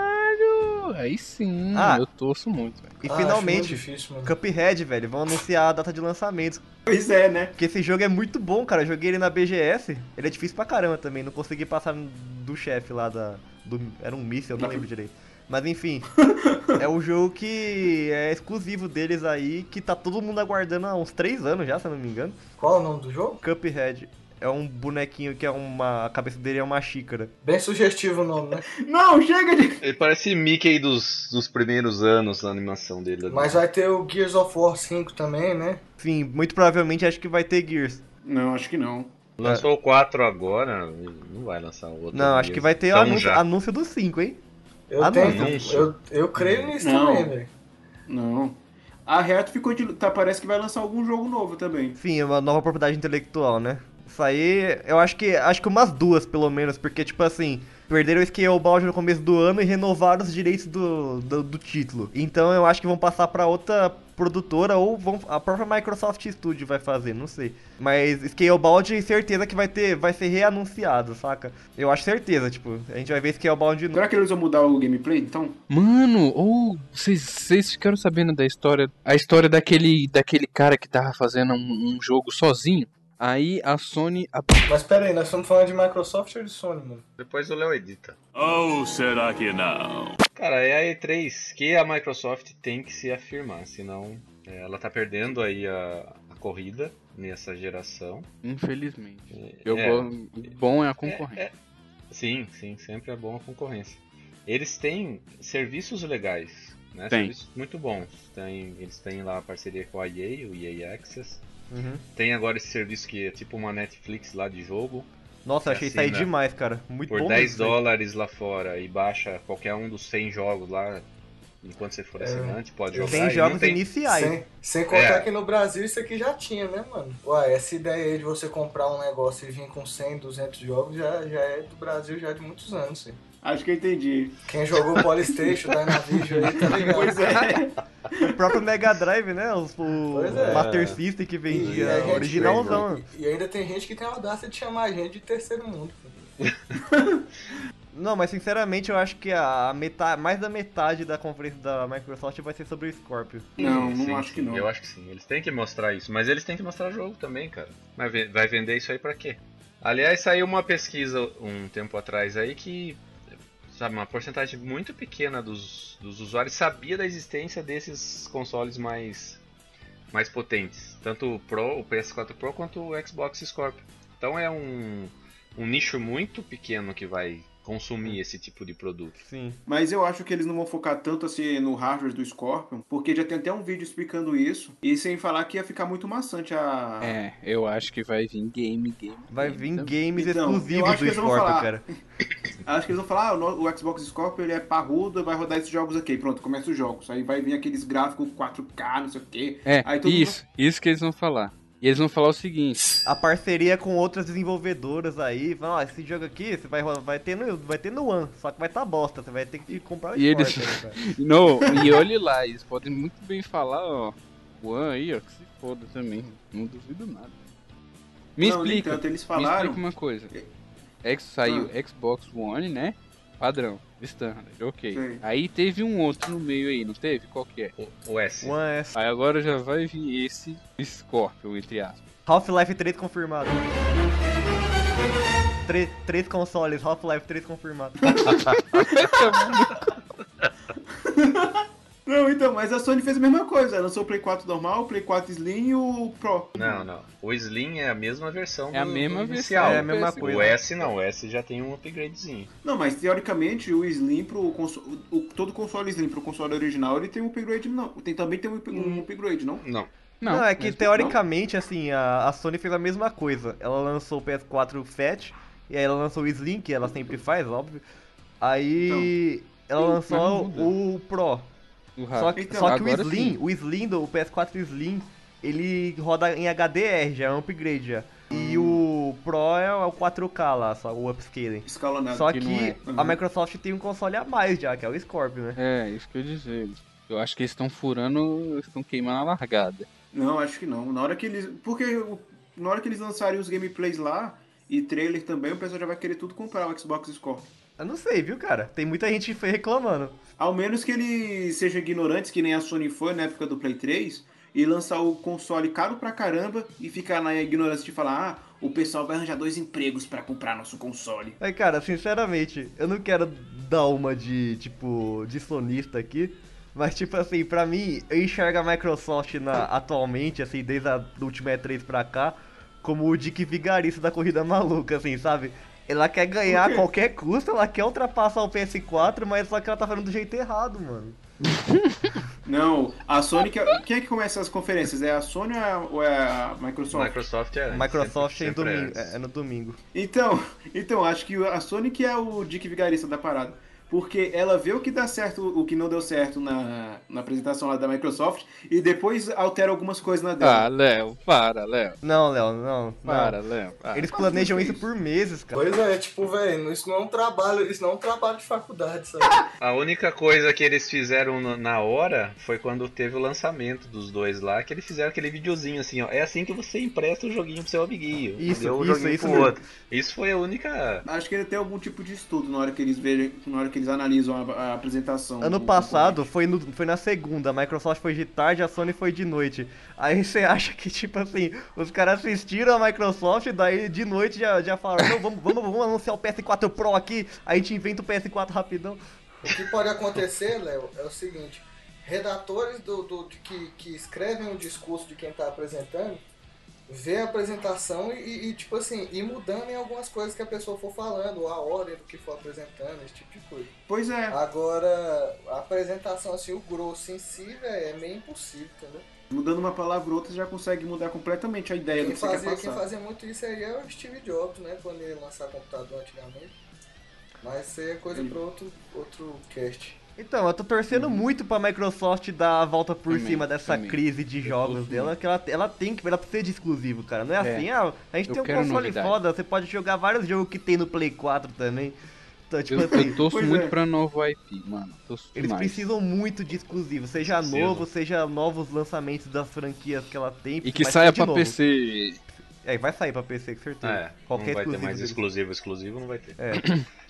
[SPEAKER 4] caralho! Aí sim,
[SPEAKER 2] Ah.
[SPEAKER 4] eu torço muito, velho.
[SPEAKER 2] E
[SPEAKER 5] Ah, acho muito
[SPEAKER 2] finalmente,
[SPEAKER 5] difícil, mano.
[SPEAKER 2] Cuphead, velho, vão anunciar a data de lançamento.
[SPEAKER 6] Pois é, né?
[SPEAKER 2] Porque esse jogo é muito bom, cara. Eu joguei ele na BGS, ele é difícil pra caramba também. Não consegui passar do chefe lá da. do- era um míssil, eu não lembro direito. Mas enfim, é um jogo que é exclusivo deles aí, que tá todo mundo aguardando há uns 3 anos já, se eu não me engano.
[SPEAKER 5] Qual é o nome do jogo?
[SPEAKER 2] Cuphead é um bonequinho que é uma. A cabeça dele é uma xícara.
[SPEAKER 5] Bem sugestivo o nome, né?
[SPEAKER 6] Não, chega de.
[SPEAKER 3] Ele parece Mickey dos, dos primeiros anos da animação dele.
[SPEAKER 5] Mas vai ter o Gears of War 5 também, né?
[SPEAKER 2] Sim, muito provavelmente acho que vai ter Gears.
[SPEAKER 6] Não, acho que não.
[SPEAKER 3] Lançou o 4 agora, não vai lançar o outro.
[SPEAKER 2] Não, acho que vai ter o
[SPEAKER 3] Então
[SPEAKER 2] anúncio,
[SPEAKER 3] já.
[SPEAKER 2] anúncio do 5, hein?
[SPEAKER 5] Eu
[SPEAKER 2] Ah, não.
[SPEAKER 5] tenho.
[SPEAKER 3] Anúncio.
[SPEAKER 5] Eu, eu creio nisso
[SPEAKER 6] Não.
[SPEAKER 5] também, velho.
[SPEAKER 6] Não. A Reto ficou de. Tá, parece que vai lançar algum jogo novo também.
[SPEAKER 2] Sim, é uma nova propriedade intelectual, né? Isso aí, eu acho que acho que umas duas, pelo menos, porque, tipo assim, perderam o Scale Balde no começo do ano e renovaram os direitos do, do, do título. Então eu acho que vão passar pra outra produtora ou vão, a própria Microsoft Studio vai fazer, não sei. Mas Scalebound, certeza que vai ter, vai ser reanunciado, saca? Eu acho certeza, tipo, a gente vai ver Scalebound de novo.
[SPEAKER 6] Será que eles vão mudar o gameplay, então?
[SPEAKER 4] Mano, ou vocês- vocês ficaram sabendo da história, a história daquele daquele cara que tava fazendo um, um jogo sozinho? Aí a Sony a-
[SPEAKER 5] Mas pera aí, nós estamos falando de Microsoft ou de Sony, mano?
[SPEAKER 3] Depois o Léo edita.
[SPEAKER 7] Ou será que não?
[SPEAKER 3] Cara, é a E3 que a Microsoft tem que se afirmar, senão é, ela tá perdendo aí a, a corrida nessa geração.
[SPEAKER 4] infelizmente. Eu
[SPEAKER 3] É.
[SPEAKER 4] go- bom é a concorrência.
[SPEAKER 3] É, é. Sim, sim, sempre é bom a concorrência. Eles têm serviços legais, né?
[SPEAKER 4] Tem.
[SPEAKER 3] Serviços muito bons. Tem, eles têm lá a parceria com a EA, o EA Access.
[SPEAKER 2] Uhum.
[SPEAKER 3] Tem agora esse serviço que é tipo uma Netflix lá de jogo.
[SPEAKER 2] Nossa, eu
[SPEAKER 3] É
[SPEAKER 2] achei
[SPEAKER 3] assim,
[SPEAKER 2] isso aí
[SPEAKER 3] né?
[SPEAKER 2] demais, cara. Muito
[SPEAKER 3] por
[SPEAKER 2] bom.
[SPEAKER 3] 10
[SPEAKER 2] mesmo.
[SPEAKER 3] dólares lá fora e baixa qualquer um dos 100 jogos lá. Enquanto você for assinante, pode jogar.
[SPEAKER 2] Tem
[SPEAKER 3] e não
[SPEAKER 2] jogos
[SPEAKER 3] tem-
[SPEAKER 2] iniciais.
[SPEAKER 5] Sem, sem contar
[SPEAKER 3] É.
[SPEAKER 5] que no Brasil isso aqui já tinha, né, mano? Uai, essa ideia aí de você comprar um negócio e vir com 100, 200 jogos já, já é do Brasil já de muitos anos, hein?
[SPEAKER 6] Acho que eu entendi.
[SPEAKER 5] Quem jogou Polystation, Dynavision aí,
[SPEAKER 6] [laughs]
[SPEAKER 5] tá
[SPEAKER 6] Pois
[SPEAKER 5] ligado?
[SPEAKER 6] é.
[SPEAKER 2] O próprio Mega Drive, né? Os- O,
[SPEAKER 5] Pois é.
[SPEAKER 2] Master System que
[SPEAKER 5] E a
[SPEAKER 2] vendia.
[SPEAKER 5] gente-
[SPEAKER 2] Originalzão.
[SPEAKER 6] é.
[SPEAKER 5] E, e ainda tem gente que tem a audácia de chamar a gente de terceiro mundo.
[SPEAKER 2] Não, mas sinceramente eu acho que a metade, mais da metade da conferência da Microsoft vai ser sobre o Scorpio.
[SPEAKER 6] Não,
[SPEAKER 3] Sim,
[SPEAKER 6] não
[SPEAKER 3] sim,
[SPEAKER 6] acho que
[SPEAKER 3] sim.
[SPEAKER 6] não.
[SPEAKER 3] Eu acho que sim. Eles têm que mostrar isso. Mas eles têm que mostrar jogo também, cara. Vai, ve- vai vender isso aí pra quê? Aliás, saiu uma pesquisa um tempo atrás aí que. Sabe, uma porcentagem muito pequena dos, dos usuários sabia da existência desses consoles mais, mais potentes. Tanto o Pro, o PS4 Pro quanto o Xbox Scorpio. Então é um, um nicho muito pequeno que vai consumir esse tipo de produto.
[SPEAKER 2] Sim.
[SPEAKER 6] Mas eu acho que eles não vão focar tanto assim no hardware do Scorpion, porque já tem até um vídeo explicando isso, e sem falar que ia ficar muito maçante a.
[SPEAKER 4] É, eu acho que vai vir game, game.
[SPEAKER 2] Vai
[SPEAKER 4] game
[SPEAKER 2] vir
[SPEAKER 4] também.
[SPEAKER 2] games
[SPEAKER 6] Então, eu
[SPEAKER 2] exclusivos
[SPEAKER 6] acho
[SPEAKER 2] do
[SPEAKER 6] que eles vão
[SPEAKER 2] Scorpion,
[SPEAKER 6] falar.
[SPEAKER 2] cara.
[SPEAKER 6] Acho que eles vão falar, ah, o no- o Xbox Scorpio ele é parrudo, vai rodar esses jogos aqui. Pronto, começa os jogos. Aí vai vir aqueles gráficos 4K, não sei o quê.
[SPEAKER 4] É,
[SPEAKER 6] Aí todo
[SPEAKER 4] isso, isso que eles vão falar. E eles vão falar o [laughs] seguinte:
[SPEAKER 2] A parceria com outras desenvolvedoras aí, falam, ó, esse jogo aqui você vai, ro- vai, ter no, vai ter no One, só que vai tá bosta, você vai ter que comprar o
[SPEAKER 4] E eles-
[SPEAKER 2] Scorpion, cara.
[SPEAKER 4] [laughs] não, e olhe lá, eles podem muito bem falar, ó, Juan aí, ó, que se foda também. Não duvido nada.
[SPEAKER 6] não,
[SPEAKER 4] Me
[SPEAKER 6] então,
[SPEAKER 4] explica,
[SPEAKER 6] Tanto, eles
[SPEAKER 4] me
[SPEAKER 6] falaram.
[SPEAKER 4] explica uma coisa. Ex saiu
[SPEAKER 2] Ah.
[SPEAKER 4] Xbox One, né? Padrão, standard, ok.
[SPEAKER 6] Sim.
[SPEAKER 4] Aí teve um outro no meio aí, não teve? Qual que é?
[SPEAKER 3] O, o S.
[SPEAKER 2] One é
[SPEAKER 4] Aí agora já vai vir esse Scorpion, entre aspas.
[SPEAKER 2] Half-Life 3 confirmado. Três, três consoles, Half-Life 3 confirmado.
[SPEAKER 6] Não, então, mas a Sony fez a mesma coisa. Lançou o Play 4 normal, o Play 4 Slim e o Pro.
[SPEAKER 3] Não, não. O Slim é a mesma versão
[SPEAKER 4] É a
[SPEAKER 3] do-
[SPEAKER 4] mesma
[SPEAKER 3] do
[SPEAKER 4] versão.
[SPEAKER 3] inicial.
[SPEAKER 2] é a Hum. mesma
[SPEAKER 4] PS.
[SPEAKER 2] coisa.
[SPEAKER 3] O S não, o S já tem um upgradezinho.
[SPEAKER 6] Não, mas teoricamente o Slim pro console. O, todo console Slim pro console original ele tem um upgrade, não. Tem, também tem um, up- um upgrade, não?
[SPEAKER 3] Não.
[SPEAKER 2] Não, é que
[SPEAKER 4] mas-
[SPEAKER 2] teoricamente, assim, a, a Sony fez a mesma coisa. Ela lançou o PS4 Fat, e aí ela lançou o Slim, que ela sempre faz, óbvio. Aí ela
[SPEAKER 4] Então, Sim, mas não
[SPEAKER 2] lançou
[SPEAKER 4] muda. Ah.
[SPEAKER 2] o Pro.
[SPEAKER 4] o
[SPEAKER 2] Só,
[SPEAKER 4] rápido.
[SPEAKER 2] que-
[SPEAKER 6] Então,
[SPEAKER 2] só que o
[SPEAKER 4] agora
[SPEAKER 2] Slim,
[SPEAKER 4] sim.
[SPEAKER 2] o Slim do o PS4 Slim, ele roda em HDR, já é um upgrade já. E o Pro é o 4K lá, só o upscaling.
[SPEAKER 6] Escalonado.
[SPEAKER 2] Só que,
[SPEAKER 4] que não é.
[SPEAKER 2] a Microsoft tem um console a mais já, que é o Scorpio, né?
[SPEAKER 4] É, isso que eu ia dizer. Eu acho que eles estão furando, estão queimando a largada.
[SPEAKER 6] Não, acho que não. Na hora que eles. Porque o- na hora que eles lançarem os gameplays lá e trailer também, o pessoal já vai querer tudo comprar o Xbox Scorpio.
[SPEAKER 2] Eu não sei, viu, cara? Tem muita gente que foi reclamando.
[SPEAKER 6] Ao menos que ele seja ignorante, que nem a Sony foi na época do Play 3, e lançar o console caro pra caramba e ficar na ignorância de falar, ah, o pessoal vai arranjar dois empregos pra comprar nosso console.
[SPEAKER 2] Mas, cara, sinceramente, eu não quero dar uma de, tipo, de sonista aqui. Mas, tipo assim, pra mim, eu enxergo a Microsoft na, atualmente, assim, desde a última E3 pra cá, como o Dick Vigarista da corrida maluca, assim, sabe? Ela quer ganhar a qualquer custo, ela quer ultrapassar o PS4, mas só que ela tá fazendo do jeito errado, mano.
[SPEAKER 6] Não, a Sony. Que, quem é que começa as conferências? É a Sony ou é a- ou é a
[SPEAKER 3] O
[SPEAKER 6] Microsoft?
[SPEAKER 3] Microsoft é.
[SPEAKER 2] Microsoft é, em
[SPEAKER 3] sempre- sempre
[SPEAKER 2] domingo,
[SPEAKER 3] antes.
[SPEAKER 2] é, é no domingo.
[SPEAKER 6] Então, [laughs] então, acho que a Sony que é o Dick Vigarista da parada. Porque ela vê o que dá certo, o que não deu certo na, na apresentação lá da Microsoft e depois altera algumas coisas na dela.
[SPEAKER 4] Ah, Léo, para, Léo.
[SPEAKER 2] Não, Léo, não,
[SPEAKER 4] Para,
[SPEAKER 2] não.
[SPEAKER 4] Léo. para.
[SPEAKER 2] Eles planejam isso por meses, cara.
[SPEAKER 5] Pois é, tipo, velho, isso não é um trabalho, isso não é um trabalho de faculdade, sabe?
[SPEAKER 3] A única coisa que eles fizeram no- na hora foi quando teve o lançamento dos dois lá, que eles fizeram aquele videozinho assim, ó. É assim que você empresta o joguinho pro seu amiguinho.
[SPEAKER 2] Isso,
[SPEAKER 3] Deu o
[SPEAKER 2] isso,
[SPEAKER 3] joguinho
[SPEAKER 2] isso
[SPEAKER 3] pro
[SPEAKER 2] mesmo.
[SPEAKER 3] outro. Isso foi a única.
[SPEAKER 6] Acho que ele tem algum tipo de estudo na hora que eles vejam, na hora que eles analisam a, a apresentação.
[SPEAKER 2] Ano
[SPEAKER 6] do-
[SPEAKER 2] passado foi, no- foi na segunda, a Microsoft foi de tarde, a Sony foi de noite. Aí você acha que, tipo assim, os caras assistiram a Microsoft, daí de noite já, já falaram, não, vamos, vamos, vamos anunciar o PS4 Pro aqui, aí a gente inventa o PS4 rapidão.
[SPEAKER 5] O que pode acontecer, Léo, é o seguinte: redatores do, do- de que, que escrevem o discurso de quem está apresentando, vê a apresentação e, e, tipo assim, ir mudando em algumas coisas que a pessoa for falando, ou a ordem do que for apresentando, esse tipo de coisa.
[SPEAKER 6] Pois é.
[SPEAKER 5] Agora, a apresentação, assim, o grosso em si, velho, é meio impossível, entendeu?
[SPEAKER 6] Mudando uma palavra ou outra já consegue mudar completamente a ideia do
[SPEAKER 5] Quem
[SPEAKER 6] que você quer
[SPEAKER 5] fazia, quem
[SPEAKER 6] passar.
[SPEAKER 5] fazia muito isso aí é o Steve Jobs, né? Quando ele lançava computador antigamente. Mas isso aí é coisa
[SPEAKER 6] Ele-
[SPEAKER 5] para outro, outro cast.
[SPEAKER 2] Então, eu tô torcendo muito pra Microsoft dar a volta por
[SPEAKER 4] Uhum. Também,
[SPEAKER 2] cima dessa
[SPEAKER 4] também.
[SPEAKER 2] crise de jogos
[SPEAKER 4] torço
[SPEAKER 2] dela, que ela, ela tem que, ela precisa de exclusivo, cara. Não é,
[SPEAKER 4] É.
[SPEAKER 2] assim, ah, a gente
[SPEAKER 4] Eu
[SPEAKER 2] tem um
[SPEAKER 4] quero
[SPEAKER 2] console
[SPEAKER 4] novidade.
[SPEAKER 2] foda, você pode jogar vários jogos que tem no Play 4 também. Então, tipo
[SPEAKER 4] Eu,
[SPEAKER 2] assim.
[SPEAKER 4] eu torço
[SPEAKER 6] Pois
[SPEAKER 4] muito
[SPEAKER 6] é.
[SPEAKER 4] pra novo IP, mano. Torço
[SPEAKER 2] Eles
[SPEAKER 4] demais.
[SPEAKER 2] precisam muito de exclusivo, seja
[SPEAKER 3] Precisam.
[SPEAKER 2] novo, seja novos lançamentos das franquias que ela tem.
[SPEAKER 4] E que
[SPEAKER 2] mas
[SPEAKER 4] saia
[SPEAKER 2] de
[SPEAKER 4] pra
[SPEAKER 2] novo.
[SPEAKER 4] PC.
[SPEAKER 2] É, vai sair pra PC, com certeza.
[SPEAKER 3] É, não vai ter mais exclusivo, exclusivo não vai ter.
[SPEAKER 2] É.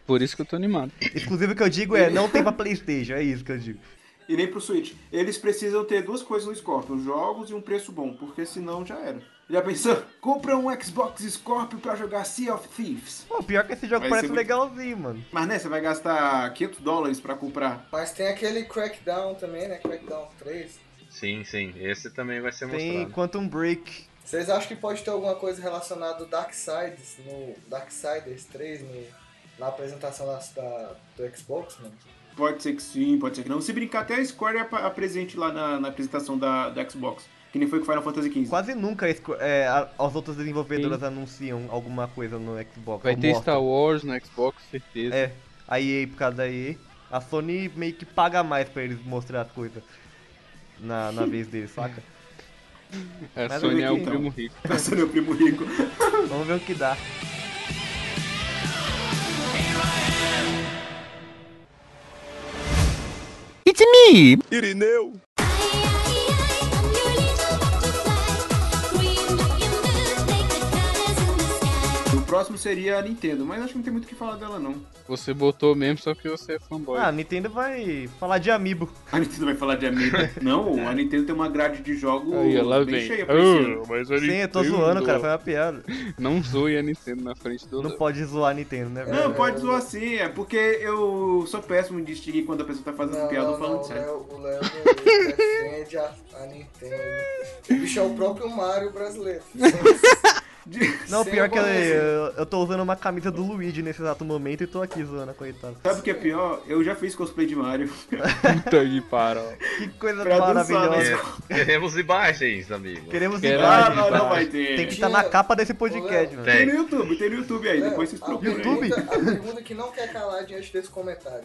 [SPEAKER 4] Por isso que eu tô animado.
[SPEAKER 2] dele. Exclusivo que eu digo é, não tem pra Playstation, é isso que eu digo.
[SPEAKER 6] E nem pro Switch. Eles precisam ter duas coisas no Scorpio, jogos e um preço bom, porque senão já era. Já pensou? [laughs] Compra um Xbox Scorpio pra jogar Sea of Thieves.
[SPEAKER 2] Pô, pior que esse jogo
[SPEAKER 6] Vai
[SPEAKER 2] parece
[SPEAKER 3] é
[SPEAKER 6] ser muito-
[SPEAKER 2] legalzinho, mano.
[SPEAKER 6] Mas né, você vai gastar 500 dólares pra comprar.
[SPEAKER 5] Mas tem aquele Crackdown também, né? Crackdown 3.
[SPEAKER 3] Sim, sim. Esse também vai ser
[SPEAKER 2] Tem
[SPEAKER 3] mostrado.
[SPEAKER 2] Quantum Break.
[SPEAKER 5] Vocês acham que pode ter alguma coisa relacionada ao Darksiders, no Darksiders 3, no na apresentação da, da- do Xbox, mano.
[SPEAKER 6] Pode ser que sim, pode ser que não. Se brincar, até a Square ap- apresente lá na, na apresentação da, da Xbox. Que nem foi com Final Fantasy XV. [laughs]
[SPEAKER 2] Quase nunca a Squ- é, a- as outras desenvolvedoras anunciam alguma coisa no Xbox.
[SPEAKER 4] Vai
[SPEAKER 2] ou
[SPEAKER 4] ter
[SPEAKER 2] mostram.
[SPEAKER 4] Star Wars no Xbox, certeza.
[SPEAKER 2] É. A EA, por causa da EA, a Sony meio que paga mais pra eles mostrar as coisas na,
[SPEAKER 4] [laughs]
[SPEAKER 2] na vez deles, saca?
[SPEAKER 4] a
[SPEAKER 2] Mas
[SPEAKER 4] Sony é o
[SPEAKER 2] então.
[SPEAKER 4] primo rico.
[SPEAKER 6] Esse é meu primo rico.
[SPEAKER 2] Vamos ver o que dá.
[SPEAKER 6] O próximo seria a Nintendo, mas acho que não tem muito o que falar dela, não.
[SPEAKER 4] Você botou mesmo só porque você é fanboy.
[SPEAKER 2] Ah, a Nintendo vai falar de Amiibo.
[SPEAKER 6] A Nintendo vai falar de Amiibo. não, a Nintendo tem uma grade de jogos
[SPEAKER 4] Aí ela
[SPEAKER 6] bem
[SPEAKER 4] vem.
[SPEAKER 6] cheia pra esse ano.
[SPEAKER 4] Oh, mas a
[SPEAKER 2] Sim, eu tô
[SPEAKER 4] Nintendo
[SPEAKER 2] zoando, cara, foi uma piada.
[SPEAKER 4] Não zoe a Nintendo na frente do.
[SPEAKER 2] Não pode zoar a Nintendo, né, velho?
[SPEAKER 6] Não, pode zoar sim, é porque eu sou péssimo em distinguir quando a pessoa tá fazendo
[SPEAKER 5] Não,
[SPEAKER 6] piada ou
[SPEAKER 5] não,
[SPEAKER 6] falando
[SPEAKER 5] não, o
[SPEAKER 6] sério. [laughs]
[SPEAKER 5] Léo, o Léo Moreira defende a, a Nintendo. O bicho é o próprio Mario
[SPEAKER 6] [laughs]
[SPEAKER 5] brasileiro.
[SPEAKER 6] É,
[SPEAKER 2] Não,
[SPEAKER 5] Sem
[SPEAKER 2] pior que eu,
[SPEAKER 5] oponência.
[SPEAKER 2] eu, eu tô usando uma camisa do Luigi nesse exato momento e tô aqui zoando, a coitada.
[SPEAKER 6] Sabe o que é pior? Eu já fiz cosplay de Mario. Ah,
[SPEAKER 4] Puta que pariu.
[SPEAKER 2] Que coisa
[SPEAKER 6] Pra dançar,
[SPEAKER 2] maravilhosa.
[SPEAKER 6] né?
[SPEAKER 3] [laughs] Queremos É, imagens, amigo.
[SPEAKER 2] Queremos
[SPEAKER 4] Quero
[SPEAKER 6] Ah,
[SPEAKER 2] imagens,
[SPEAKER 6] não, não
[SPEAKER 2] cara.
[SPEAKER 6] vai ter.
[SPEAKER 2] É Tem que estar na capa desse podcast,
[SPEAKER 5] Ô,
[SPEAKER 2] mano.
[SPEAKER 6] Tem
[SPEAKER 3] Tem.
[SPEAKER 6] no YouTube, tem no YouTube aí,
[SPEAKER 5] Léo,
[SPEAKER 6] depois vocês
[SPEAKER 5] É, a,
[SPEAKER 6] procuram. aí.
[SPEAKER 2] YouTube?
[SPEAKER 6] [laughs]
[SPEAKER 5] pergunta, a pergunta que não quer calar diante desse comentário.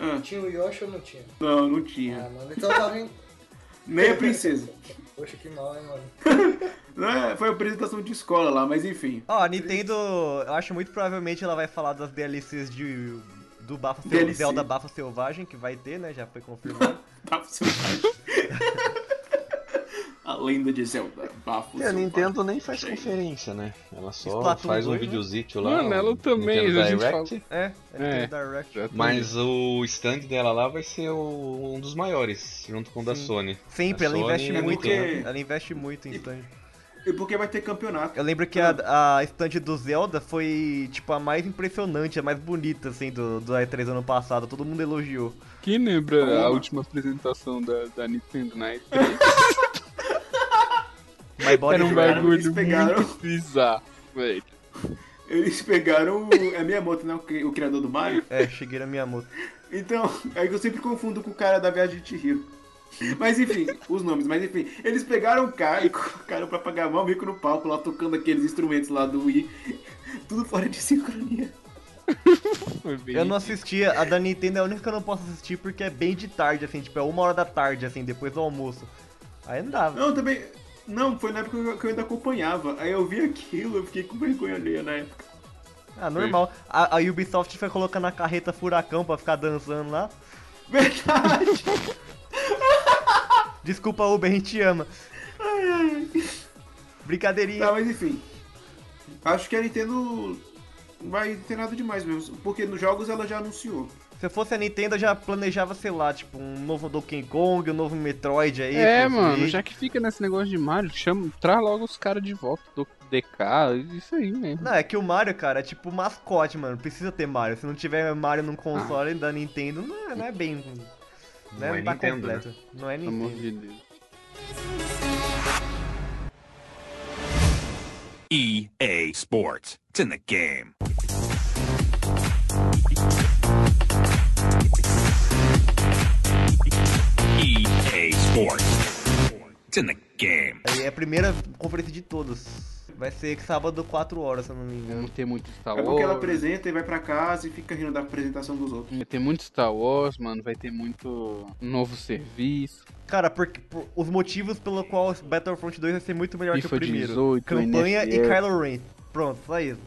[SPEAKER 6] Ah, É.
[SPEAKER 5] Tinha o Yoshi ou não tinha?
[SPEAKER 6] não, não
[SPEAKER 5] Ah,
[SPEAKER 6] tinha.
[SPEAKER 5] mano, então tá vendo...
[SPEAKER 6] Nem a princesa.
[SPEAKER 5] Poxa, que mal, hein, mano.
[SPEAKER 6] Não é- Foi a apresentação de escola lá, mas enfim.
[SPEAKER 2] Ó, a Nintendo, eu acho muito provavelmente ela vai falar das DLCs de do Bafa Sel-
[SPEAKER 6] DLC.
[SPEAKER 2] Zelda Bafa Selvagem, que vai ter, né? Já foi confirmado.
[SPEAKER 6] Bafo selvagem. [laughs] A lenda de Zelda. Bafo
[SPEAKER 3] E a
[SPEAKER 6] selvagem.
[SPEAKER 3] É, Nintendo nem faz
[SPEAKER 6] Sei.
[SPEAKER 3] conferência, né? Ela só
[SPEAKER 2] Splatoon
[SPEAKER 3] faz um
[SPEAKER 2] dois, né?
[SPEAKER 3] videozito lá.
[SPEAKER 4] Mano, ela
[SPEAKER 3] um
[SPEAKER 4] também,
[SPEAKER 3] Nintendo
[SPEAKER 4] a gente
[SPEAKER 3] Direct,
[SPEAKER 4] fala.
[SPEAKER 2] é, é,
[SPEAKER 4] É.
[SPEAKER 2] Nintendo Direct.
[SPEAKER 4] Já tô
[SPEAKER 3] Mas o stand dela lá vai ser o- um dos maiores, junto com o da
[SPEAKER 2] Sim.
[SPEAKER 3] Sony.
[SPEAKER 2] Sempre,
[SPEAKER 3] A
[SPEAKER 2] ela
[SPEAKER 3] Sony
[SPEAKER 2] investe
[SPEAKER 3] é
[SPEAKER 2] muito,
[SPEAKER 6] porque-
[SPEAKER 2] né? Ela investe muito em stand.
[SPEAKER 6] E porque vai ter campeonato.
[SPEAKER 2] Eu lembro que a, a stand do Zelda foi, tipo, a mais impressionante, a mais bonita, assim, do, do E3 ano passado. Todo mundo elogiou.
[SPEAKER 4] Quem lembra
[SPEAKER 6] Uma.
[SPEAKER 4] a última apresentação da, da Nintendo na E3?
[SPEAKER 2] My Body
[SPEAKER 4] Era um
[SPEAKER 2] Rhythm.
[SPEAKER 4] bagulho
[SPEAKER 6] eles pegaram.
[SPEAKER 4] muito bizarro, velho.
[SPEAKER 6] Eles pegaram o. É Miyamoto, né? O cri- o criador do Mario.
[SPEAKER 2] É, Shigeru Miyamoto.
[SPEAKER 6] Então, [laughs] é que eu sempre confundo com o cara da viagem de Chihiro. Mas enfim, os nomes, mas enfim, eles pegaram o cara e colocaram pra pagar mal mico no palco lá tocando aqueles instrumentos lá do Wii. Tudo fora de sincronia.
[SPEAKER 4] Foi bem-
[SPEAKER 2] Eu não assistia, a da Nintendo é a única que eu não posso assistir porque é bem de tarde, assim, tipo, é uma hora da tarde, assim, depois do almoço. Aí não dava.
[SPEAKER 6] Não, também. Não, foi na época que eu- que eu ainda acompanhava. Aí eu vi aquilo, eu fiquei com vergonha alheia na época.
[SPEAKER 2] Ah, normal. A, a Ubisoft foi colocando a carreta furacão pra ficar dançando lá.
[SPEAKER 6] Verdade!
[SPEAKER 2] Desculpa, Uber, a gente te ama. Brincadeirinha.
[SPEAKER 6] tá, mas enfim. Acho que a Nintendo vai ter nada demais mesmo. Porque nos jogos ela já anunciou.
[SPEAKER 2] Se eu fosse a Nintendo, eu já planejava, sei lá, tipo, um novo Donkey Kong, um novo Metroid aí.
[SPEAKER 4] É,
[SPEAKER 2] pro
[SPEAKER 4] mano,
[SPEAKER 2] Switch.
[SPEAKER 4] já que fica nesse negócio de Mario, chama, traz logo os caras de volta do DK, isso aí mesmo.
[SPEAKER 2] Não, é que o Mario, cara, é tipo mascote, mano. Precisa ter Mario. Se não tiver Mario num console da Nintendo, não é, não é bem. Não,
[SPEAKER 3] Não
[SPEAKER 2] é,
[SPEAKER 3] é
[SPEAKER 2] tá
[SPEAKER 3] Nintendo,
[SPEAKER 2] completo. Não é
[SPEAKER 4] Pelo amor
[SPEAKER 2] Nintendo.
[SPEAKER 4] de Deus.
[SPEAKER 7] EA E Sports. It's in the game. EA E Sports. It's in the game.
[SPEAKER 2] Aí é a primeira conferência de todos. Vai ser que sábado, 4 horas, se eu não me engano.
[SPEAKER 4] Não tem muito Star
[SPEAKER 6] É porque ela
[SPEAKER 4] Wars.
[SPEAKER 6] apresenta e vai pra casa e fica rindo da apresentação dos outros.
[SPEAKER 4] Vai ter muito Star Wars, mano. Vai ter muito novo serviço.
[SPEAKER 2] Cara, porque por- os motivos pelo qual Battlefront 2 vai ser muito melhor que
[SPEAKER 4] FIFA
[SPEAKER 2] o primeiro.
[SPEAKER 4] 18,
[SPEAKER 2] Campanha e
[SPEAKER 4] NFL.
[SPEAKER 2] Kylo Ren. Pronto, só isso.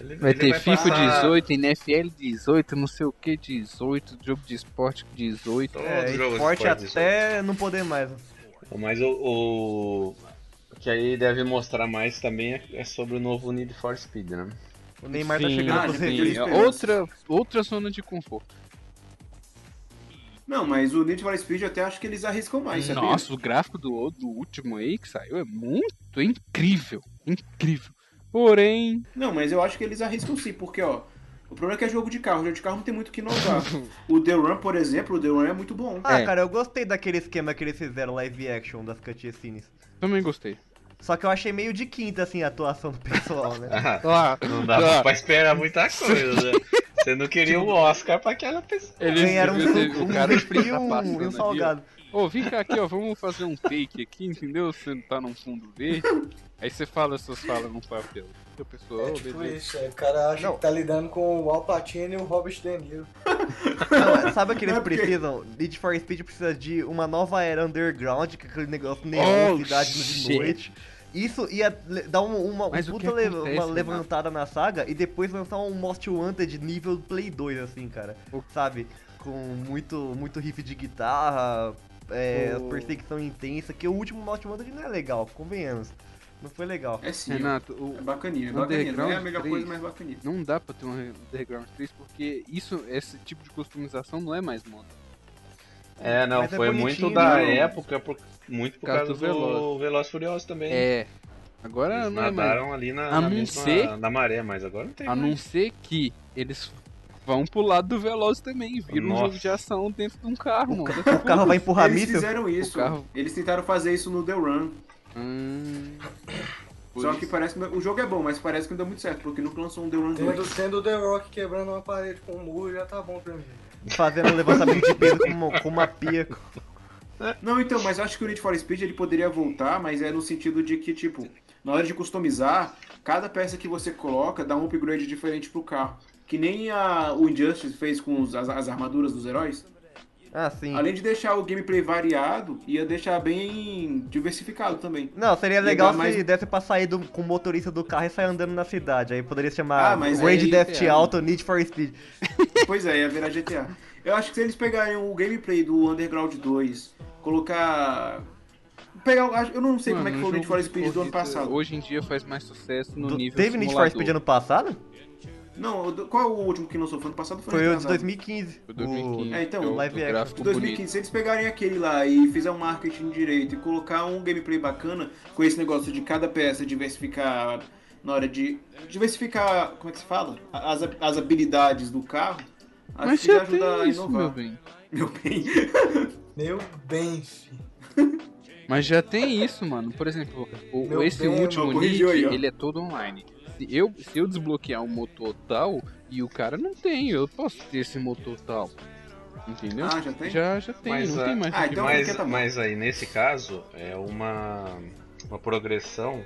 [SPEAKER 3] Ele-
[SPEAKER 4] Vai
[SPEAKER 3] ele
[SPEAKER 4] ter FIFA
[SPEAKER 3] passar
[SPEAKER 4] 18, NFL 18, não sei o que 18, jogo de esporte 18.
[SPEAKER 3] todo
[SPEAKER 2] É,
[SPEAKER 3] jogo
[SPEAKER 2] esporte
[SPEAKER 3] esporte
[SPEAKER 2] até não poder mais.
[SPEAKER 3] Mas o, o- o que aí deve mostrar mais também é, é sobre o novo Need for Speed, né?
[SPEAKER 2] O Neymar tá
[SPEAKER 4] Sim,
[SPEAKER 2] chegando
[SPEAKER 6] ah,
[SPEAKER 2] pros
[SPEAKER 6] já tem
[SPEAKER 2] reviews.
[SPEAKER 6] isso.
[SPEAKER 4] É outra, outra zona de conforto.
[SPEAKER 6] Não, mas o Need for Speed eu até acho que eles arriscam mais, sabia?
[SPEAKER 4] Nossa, o gráfico do, do último aí que saiu é muito incrível. Incrível. Porém,
[SPEAKER 6] Não, mas eu acho que eles arriscam sim, porque, ó. O problema é que é jogo de carro, jogo de carro não tem muito o que inovar.
[SPEAKER 4] [laughs]
[SPEAKER 6] o The Run, por exemplo, o The Run é muito bom.
[SPEAKER 2] Ah,
[SPEAKER 4] É.
[SPEAKER 2] cara, eu gostei daquele esquema que eles fizeram live action das cutscenes.
[SPEAKER 4] também gostei.
[SPEAKER 2] Só que eu achei meio de quinta, assim, a atuação do pessoal, né?
[SPEAKER 3] Ah,
[SPEAKER 4] Ah,
[SPEAKER 3] não dava pra esperar muita coisa, né? Você não queria o Oscar pra aquela pessoa.
[SPEAKER 4] [laughs] eles,
[SPEAKER 2] Ganharam um
[SPEAKER 4] eles-
[SPEAKER 2] suco, um
[SPEAKER 4] o cara
[SPEAKER 2] refri e
[SPEAKER 4] tá passando
[SPEAKER 2] um, e um
[SPEAKER 4] ali, ó.
[SPEAKER 2] salgado.
[SPEAKER 4] Ô, vem cá aqui, ó, vamos fazer um take aqui, entendeu? Você não tá num fundo verde. Aí você fala essas falas num papel. E o pessoal,
[SPEAKER 5] É
[SPEAKER 4] ô,
[SPEAKER 5] tipo
[SPEAKER 4] beleza.
[SPEAKER 5] isso, é, o cara acha
[SPEAKER 2] Não.
[SPEAKER 5] que tá lidando com o Al Pacino e o Robert De Niro.
[SPEAKER 4] [laughs]
[SPEAKER 2] Não, sabe o que eles
[SPEAKER 6] Não é porque-
[SPEAKER 2] precisam? Need for Speed precisa de uma nova era underground, que é aquele negócio
[SPEAKER 4] Oh,
[SPEAKER 2] neon, cidade de
[SPEAKER 4] shit.
[SPEAKER 2] noite. Isso ia le- dar um- uma, um
[SPEAKER 4] Mas o que
[SPEAKER 2] puta le- uma
[SPEAKER 4] acontece, né? Renato?
[SPEAKER 2] levantada na saga e depois lançar um Most Wanted nível Play 2, assim, cara.
[SPEAKER 4] O-
[SPEAKER 2] Sabe? Com muito, muito riff de guitarra, é,
[SPEAKER 4] O-
[SPEAKER 2] perseguição intensa, que o último Most Wanted não é legal, convenhamos. Não foi legal.
[SPEAKER 6] É sim, ó.
[SPEAKER 4] Renato,
[SPEAKER 6] é
[SPEAKER 4] o-
[SPEAKER 6] bacaninha, é bacaninha. Não é a
[SPEAKER 4] Underground
[SPEAKER 6] melhor
[SPEAKER 4] 3.
[SPEAKER 6] coisa, mas é bacaninha.
[SPEAKER 4] não dá pra ter um Underground 3 porque isso, esse tipo de customização não é mais moda.
[SPEAKER 3] É, não,
[SPEAKER 2] Mas é
[SPEAKER 3] foi
[SPEAKER 2] bonitinho,
[SPEAKER 3] muito da
[SPEAKER 2] né?
[SPEAKER 3] época, por- muito por causa, do Veloz. Furioso também.
[SPEAKER 4] É. Agora
[SPEAKER 3] Eles
[SPEAKER 4] não é mais.
[SPEAKER 3] nadaram ali na,
[SPEAKER 4] A
[SPEAKER 3] na,
[SPEAKER 4] não
[SPEAKER 3] mesma-
[SPEAKER 4] ser-
[SPEAKER 3] na maré, mas agora não tem.
[SPEAKER 4] A não ser que eles vão pro lado do Veloz também, viram um
[SPEAKER 3] Nossa.
[SPEAKER 4] jogo de ação dentro de um carro, mano.
[SPEAKER 2] O carro vai empurrar
[SPEAKER 6] Eles
[SPEAKER 2] míssil?
[SPEAKER 6] fizeram isso.
[SPEAKER 4] carro-
[SPEAKER 6] Eles tentaram fazer isso no The Run.
[SPEAKER 4] Hum, por
[SPEAKER 6] Só
[SPEAKER 4] isso.
[SPEAKER 6] que parece que não- o jogo é bom, mas parece que não deu muito certo, porque nunca lançou um The Run 2.
[SPEAKER 5] Tendo, tendo o The Rock quebrando uma parede com um muro, já tá bom pra mim.
[SPEAKER 2] Fazendo um levantamento de peso com uma, com uma pia.
[SPEAKER 6] Não, então, mas eu acho que o Need for Speed ele poderia voltar, mas é no sentido de que, tipo, na hora de customizar, cada peça que você coloca dá um upgrade diferente pro carro. Que nem a, o Injustice fez com os- as, as armaduras dos heróis.
[SPEAKER 2] Ah, sim.
[SPEAKER 6] Além de deixar o gameplay variado, ia deixar bem diversificado também.
[SPEAKER 2] Não, seria
[SPEAKER 6] Ia
[SPEAKER 2] legal
[SPEAKER 6] dar mais-
[SPEAKER 2] se desse pra sair do- com o motorista do carro e sair andando na cidade. Aí poderia se chamar
[SPEAKER 6] Ah, mas
[SPEAKER 2] Grand
[SPEAKER 6] aí-
[SPEAKER 2] Theft
[SPEAKER 4] é,
[SPEAKER 2] Auto Need for Speed.
[SPEAKER 6] Pois é, ia virar GTA. Eu acho que se eles pegarem o gameplay do Underground 2, colocar. Pegar, o- eu não sei como é que
[SPEAKER 4] Mano,
[SPEAKER 6] foi o Need
[SPEAKER 4] jogo
[SPEAKER 6] for
[SPEAKER 4] de
[SPEAKER 6] Speed do ano
[SPEAKER 4] corrida
[SPEAKER 6] passado.
[SPEAKER 4] Hoje em dia faz mais sucesso no
[SPEAKER 2] Do-
[SPEAKER 4] nível
[SPEAKER 2] Teve Need for
[SPEAKER 4] simulador.
[SPEAKER 2] Speed ano passado?
[SPEAKER 6] Não, o do- qual é o último que lançou? Foi ano passado ou foi
[SPEAKER 2] Foi o de
[SPEAKER 6] retrasado?
[SPEAKER 2] 2015.
[SPEAKER 4] Foi 2015.
[SPEAKER 6] É, então,
[SPEAKER 4] que é o
[SPEAKER 2] live
[SPEAKER 4] do
[SPEAKER 2] action.
[SPEAKER 4] gráfico
[SPEAKER 6] 2015, se eles pegarem aquele lá e fizer um marketing direito e colocar um gameplay bacana com esse negócio de cada peça diversificar na hora de. diversificar, como é que se fala? As, as habilidades do carro, acho
[SPEAKER 4] Mas
[SPEAKER 6] que já
[SPEAKER 4] já tem
[SPEAKER 6] ajuda a
[SPEAKER 4] isso, meu
[SPEAKER 6] inovar.
[SPEAKER 4] bem.
[SPEAKER 6] Meu bem.
[SPEAKER 5] Meu bem, filho.
[SPEAKER 4] Mas já tem isso, mano. Por exemplo, o,
[SPEAKER 5] Meu
[SPEAKER 4] esse
[SPEAKER 5] bem,
[SPEAKER 4] último
[SPEAKER 6] mano,
[SPEAKER 4] Need,
[SPEAKER 6] corrigiu aí, ó.
[SPEAKER 4] ele é todo online. Se eu, se eu desbloquear um motor tal, e o cara não tem, eu posso ter esse motor tal. Entendeu?
[SPEAKER 6] Ah, já tem?
[SPEAKER 4] já, já tem,
[SPEAKER 3] Mas,
[SPEAKER 4] não
[SPEAKER 3] ah,
[SPEAKER 4] tem mais.
[SPEAKER 6] ah,
[SPEAKER 4] o que
[SPEAKER 6] então-
[SPEAKER 4] mais.
[SPEAKER 6] porque
[SPEAKER 3] mas,
[SPEAKER 6] tá bom.
[SPEAKER 3] mas aí, nesse caso, é uma, uma progressão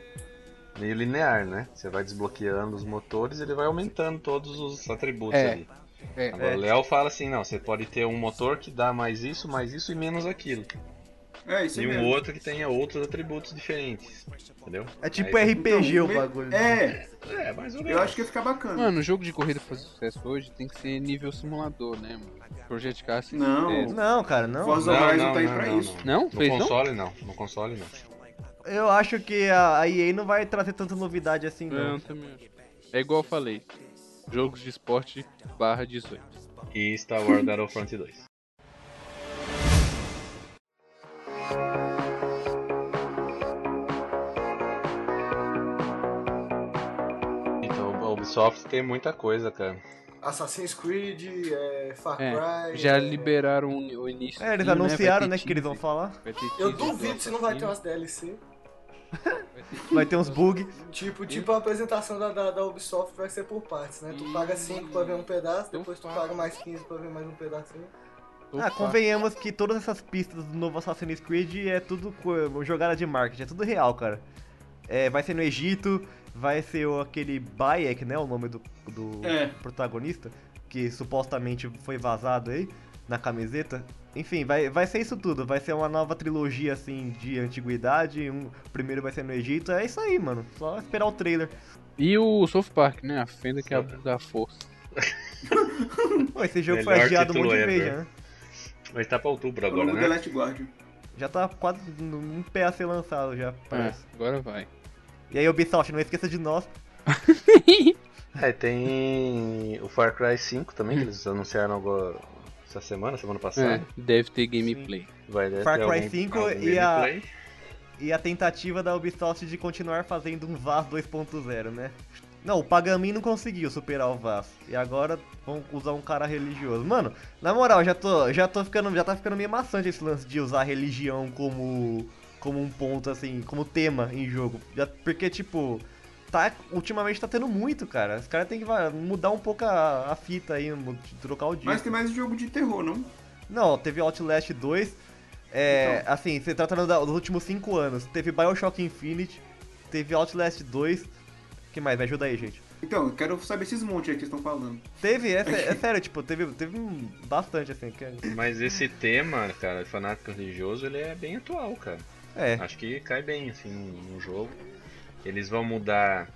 [SPEAKER 3] meio linear, né? Você vai desbloqueando os motores ele vai aumentando todos os atributos
[SPEAKER 4] É,
[SPEAKER 3] ali.
[SPEAKER 4] é.
[SPEAKER 3] Agora,
[SPEAKER 2] É.
[SPEAKER 3] o Léo fala assim, não, você pode ter um motor que dá mais isso, mais isso e menos aquilo.
[SPEAKER 6] É, isso aí
[SPEAKER 3] e um
[SPEAKER 6] mesmo.
[SPEAKER 3] outro que tenha outros atributos diferentes, entendeu?
[SPEAKER 2] É tipo
[SPEAKER 3] Aí-
[SPEAKER 2] RPG o
[SPEAKER 6] Então,
[SPEAKER 2] bagulho.
[SPEAKER 6] É,
[SPEAKER 3] É, mais ou menos.
[SPEAKER 6] eu acho que ia ficar bacana.
[SPEAKER 4] Mano, o jogo de corrida pra fazer sucesso hoje tem que ser nível simulador, né, mano? Project Car assim,
[SPEAKER 6] Não.
[SPEAKER 4] é,
[SPEAKER 2] Não, cara, não.
[SPEAKER 6] Forza Horizon tá aí pra isso.
[SPEAKER 4] Não?
[SPEAKER 3] No
[SPEAKER 4] Fez não?
[SPEAKER 3] console não. No console não.
[SPEAKER 2] Eu acho que a a EA não vai trazer tanta novidade assim,
[SPEAKER 4] É,
[SPEAKER 2] não.
[SPEAKER 4] eu também acho. É igual eu falei. Jogos de esporte barra 18.
[SPEAKER 3] E Star Wars Battlefront 2. Então, a Ubisoft tem muita coisa, cara.
[SPEAKER 5] Assassin's Creed, é, Far
[SPEAKER 4] É,
[SPEAKER 5] Cry.
[SPEAKER 4] já
[SPEAKER 5] é-
[SPEAKER 4] liberaram o ni- o início.
[SPEAKER 2] É, eles anunciaram, né, que eles vão falar.
[SPEAKER 5] Eu duvido se não vai ter umas DLC.
[SPEAKER 2] Vai ter uns bugs.
[SPEAKER 5] Tipo, tipo a apresentação da, da, da Ubisoft vai ser por partes, né? Tu paga 5 pra ver um pedaço, depois tu paga mais 15 pra ver mais um pedacinho.
[SPEAKER 2] Ah, convenhamos que todas essas pistas do novo Assassin's Creed é tudo co- jogada de marketing, é tudo real, cara. É, vai ser no Egito, vai ser o- aquele Bayek, né? O nome do, do
[SPEAKER 6] É.
[SPEAKER 2] protagonista, que supostamente foi vazado aí na camiseta. Enfim, vai, vai ser isso tudo, vai ser uma nova trilogia assim de antiguidade. Um, o primeiro vai ser no Egito, é isso aí, mano. Só esperar o trailer.
[SPEAKER 4] E o South Park, né? A fenda que é a da força.
[SPEAKER 2] Pô, esse jogo foi
[SPEAKER 3] Melhor
[SPEAKER 2] adiado um monte de
[SPEAKER 3] título
[SPEAKER 2] vez,
[SPEAKER 3] ever.
[SPEAKER 2] né?
[SPEAKER 3] Mas tá pra outubro
[SPEAKER 6] O
[SPEAKER 3] agora,
[SPEAKER 6] novo The
[SPEAKER 3] né?
[SPEAKER 6] Last Guardian.
[SPEAKER 2] Já tá quase um pé a ser lançado já, parece.
[SPEAKER 4] É,
[SPEAKER 2] [laughs]
[SPEAKER 4] agora vai.
[SPEAKER 2] E aí, Ubisoft, não esqueça de nós.
[SPEAKER 3] É, tem o Far Cry 5 também, que eles anunciaram agora essa semana, semana passada.
[SPEAKER 4] É, deve ter gameplay.
[SPEAKER 3] Vai deve
[SPEAKER 2] É. Far
[SPEAKER 3] ter
[SPEAKER 2] Cry
[SPEAKER 3] algum-
[SPEAKER 2] 5
[SPEAKER 3] algum
[SPEAKER 2] e a-
[SPEAKER 3] gameplay.
[SPEAKER 2] E a tentativa da Ubisoft de continuar fazendo um VAS 2.0, né? Não, o Pagamin não conseguiu superar o VAS. E agora vão usar um cara religioso. Mano, na moral, já tô, já tô ficando, já tá ficando meio maçante esse lance de usar religião como como um ponto, assim, como tema em jogo. Já- Porque, tipo, tá, ultimamente tá tendo muito, cara. Os caras têm que va- mudar um pouco a, a fita aí, mu- trocar o disco.
[SPEAKER 6] Mas tem mais jogo de terror, não?
[SPEAKER 2] Não, teve Outlast 2. É,
[SPEAKER 3] Então.
[SPEAKER 2] Assim, você tratando da- dos últimos 5 anos. Teve Bioshock Infinite, teve Outlast 2. que mais? Me ajuda aí, gente.
[SPEAKER 6] Então, eu quero saber esses montes aí que vocês estão falando.
[SPEAKER 2] Teve, é, sé- é sério,
[SPEAKER 3] [laughs]
[SPEAKER 2] tipo, teve, teve um- bastante, assim. que-
[SPEAKER 3] Mas esse tema, cara, fanático religioso, ele é bem atual, cara.
[SPEAKER 2] É,
[SPEAKER 3] Acho que cai bem, assim, no no jogo. Eles vão mudar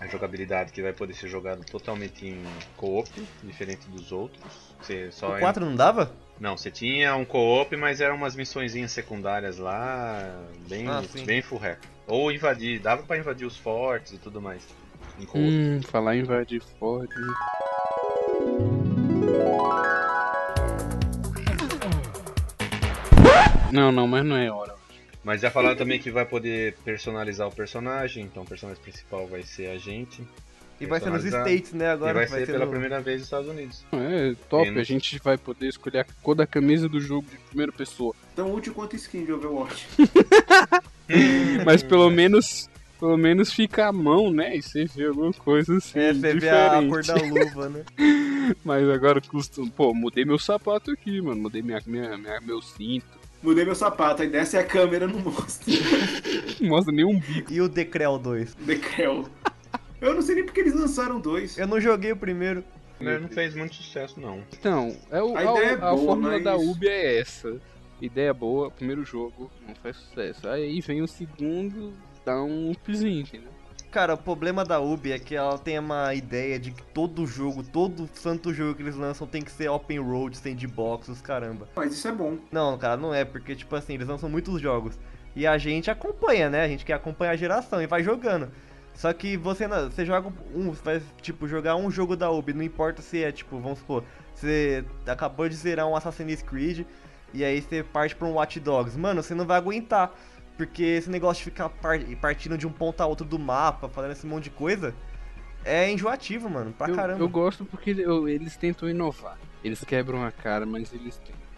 [SPEAKER 3] a jogabilidade que vai poder ser jogado totalmente em co-op, diferente dos outros. Você só
[SPEAKER 2] o 4 não dava?
[SPEAKER 3] Não, você tinha um co-op, mas eram umas missõezinhas secundárias lá, bem,
[SPEAKER 2] Ah, sim.
[SPEAKER 3] bem furreco. Ou invadir, dava pra invadir os fortes e tudo mais. Em co-op.
[SPEAKER 4] Hum, falar em invadir Ford. Não, não, mas não é hora.
[SPEAKER 3] Mas já falaram também que vai poder personalizar o personagem, então o personagem principal vai ser a gente.
[SPEAKER 2] E vai ser nos
[SPEAKER 3] Personalizar.
[SPEAKER 2] States, né, agora?
[SPEAKER 3] Então, e vai, ser, pela
[SPEAKER 2] no-
[SPEAKER 3] primeira vez nos Estados Unidos.
[SPEAKER 4] É top,
[SPEAKER 3] Pena.
[SPEAKER 4] a gente vai poder escolher a cor da camisa do jogo de primeira pessoa.
[SPEAKER 6] Tão útil quanto skin de Overwatch.
[SPEAKER 4] Mas pelo menos, pelo menos fica a mão, né? E você vê alguma coisa assim.
[SPEAKER 2] É, você vê a cor da luva,
[SPEAKER 3] [laughs]
[SPEAKER 2] né?
[SPEAKER 4] [laughs] Mas agora custa. um, Pô, mudei meu sapato aqui, mano. Mudei minha, minha, minha- meu cinto. [laughs]
[SPEAKER 6] Mudei meu sapato, aí desce a câmera no monstro. [laughs]
[SPEAKER 4] Não mostra um nenhum
[SPEAKER 2] E o Decrel 2?
[SPEAKER 6] The Krell. Eu não sei nem porque eles lançaram dois.
[SPEAKER 2] Eu não joguei o primeiro.
[SPEAKER 3] Não, não fez muito sucesso, não.
[SPEAKER 4] Então, é o,
[SPEAKER 6] A
[SPEAKER 4] a,
[SPEAKER 6] ideia é
[SPEAKER 4] a
[SPEAKER 6] boa,
[SPEAKER 4] fórmula
[SPEAKER 6] mas-
[SPEAKER 4] da Ubi é essa. Ideia boa, primeiro jogo, não faz sucesso. Aí vem o segundo, dá um upzinho, entendeu?
[SPEAKER 2] Cara, o problema da Ubi é que ela tem uma ideia de que todo jogo, todo santo jogo que eles lançam tem que ser open road, sandbox, os caramba.
[SPEAKER 6] Mas isso é bom.
[SPEAKER 2] Não, cara, não é, porque, tipo assim, eles lançam muitos jogos. E a gente acompanha, né? A gente quer acompanhar a geração e vai jogando. Só que você, na- você joga um, você vai, tipo, jogar um jogo da Ubi, não importa se é, tipo, vamos supor, você acabou de zerar um Assassin's Creed e aí você parte pra um Watch Dogs. Mano, você não vai aguentar, porque esse negócio de ficar par- partindo de um ponto a outro do mapa, fazendo esse monte de coisa, é enjoativo, mano, pra
[SPEAKER 4] eu,
[SPEAKER 2] caramba.
[SPEAKER 4] eu gosto porque eu- eles tentam inovar. Eles quebram a cara, mas eles tentam.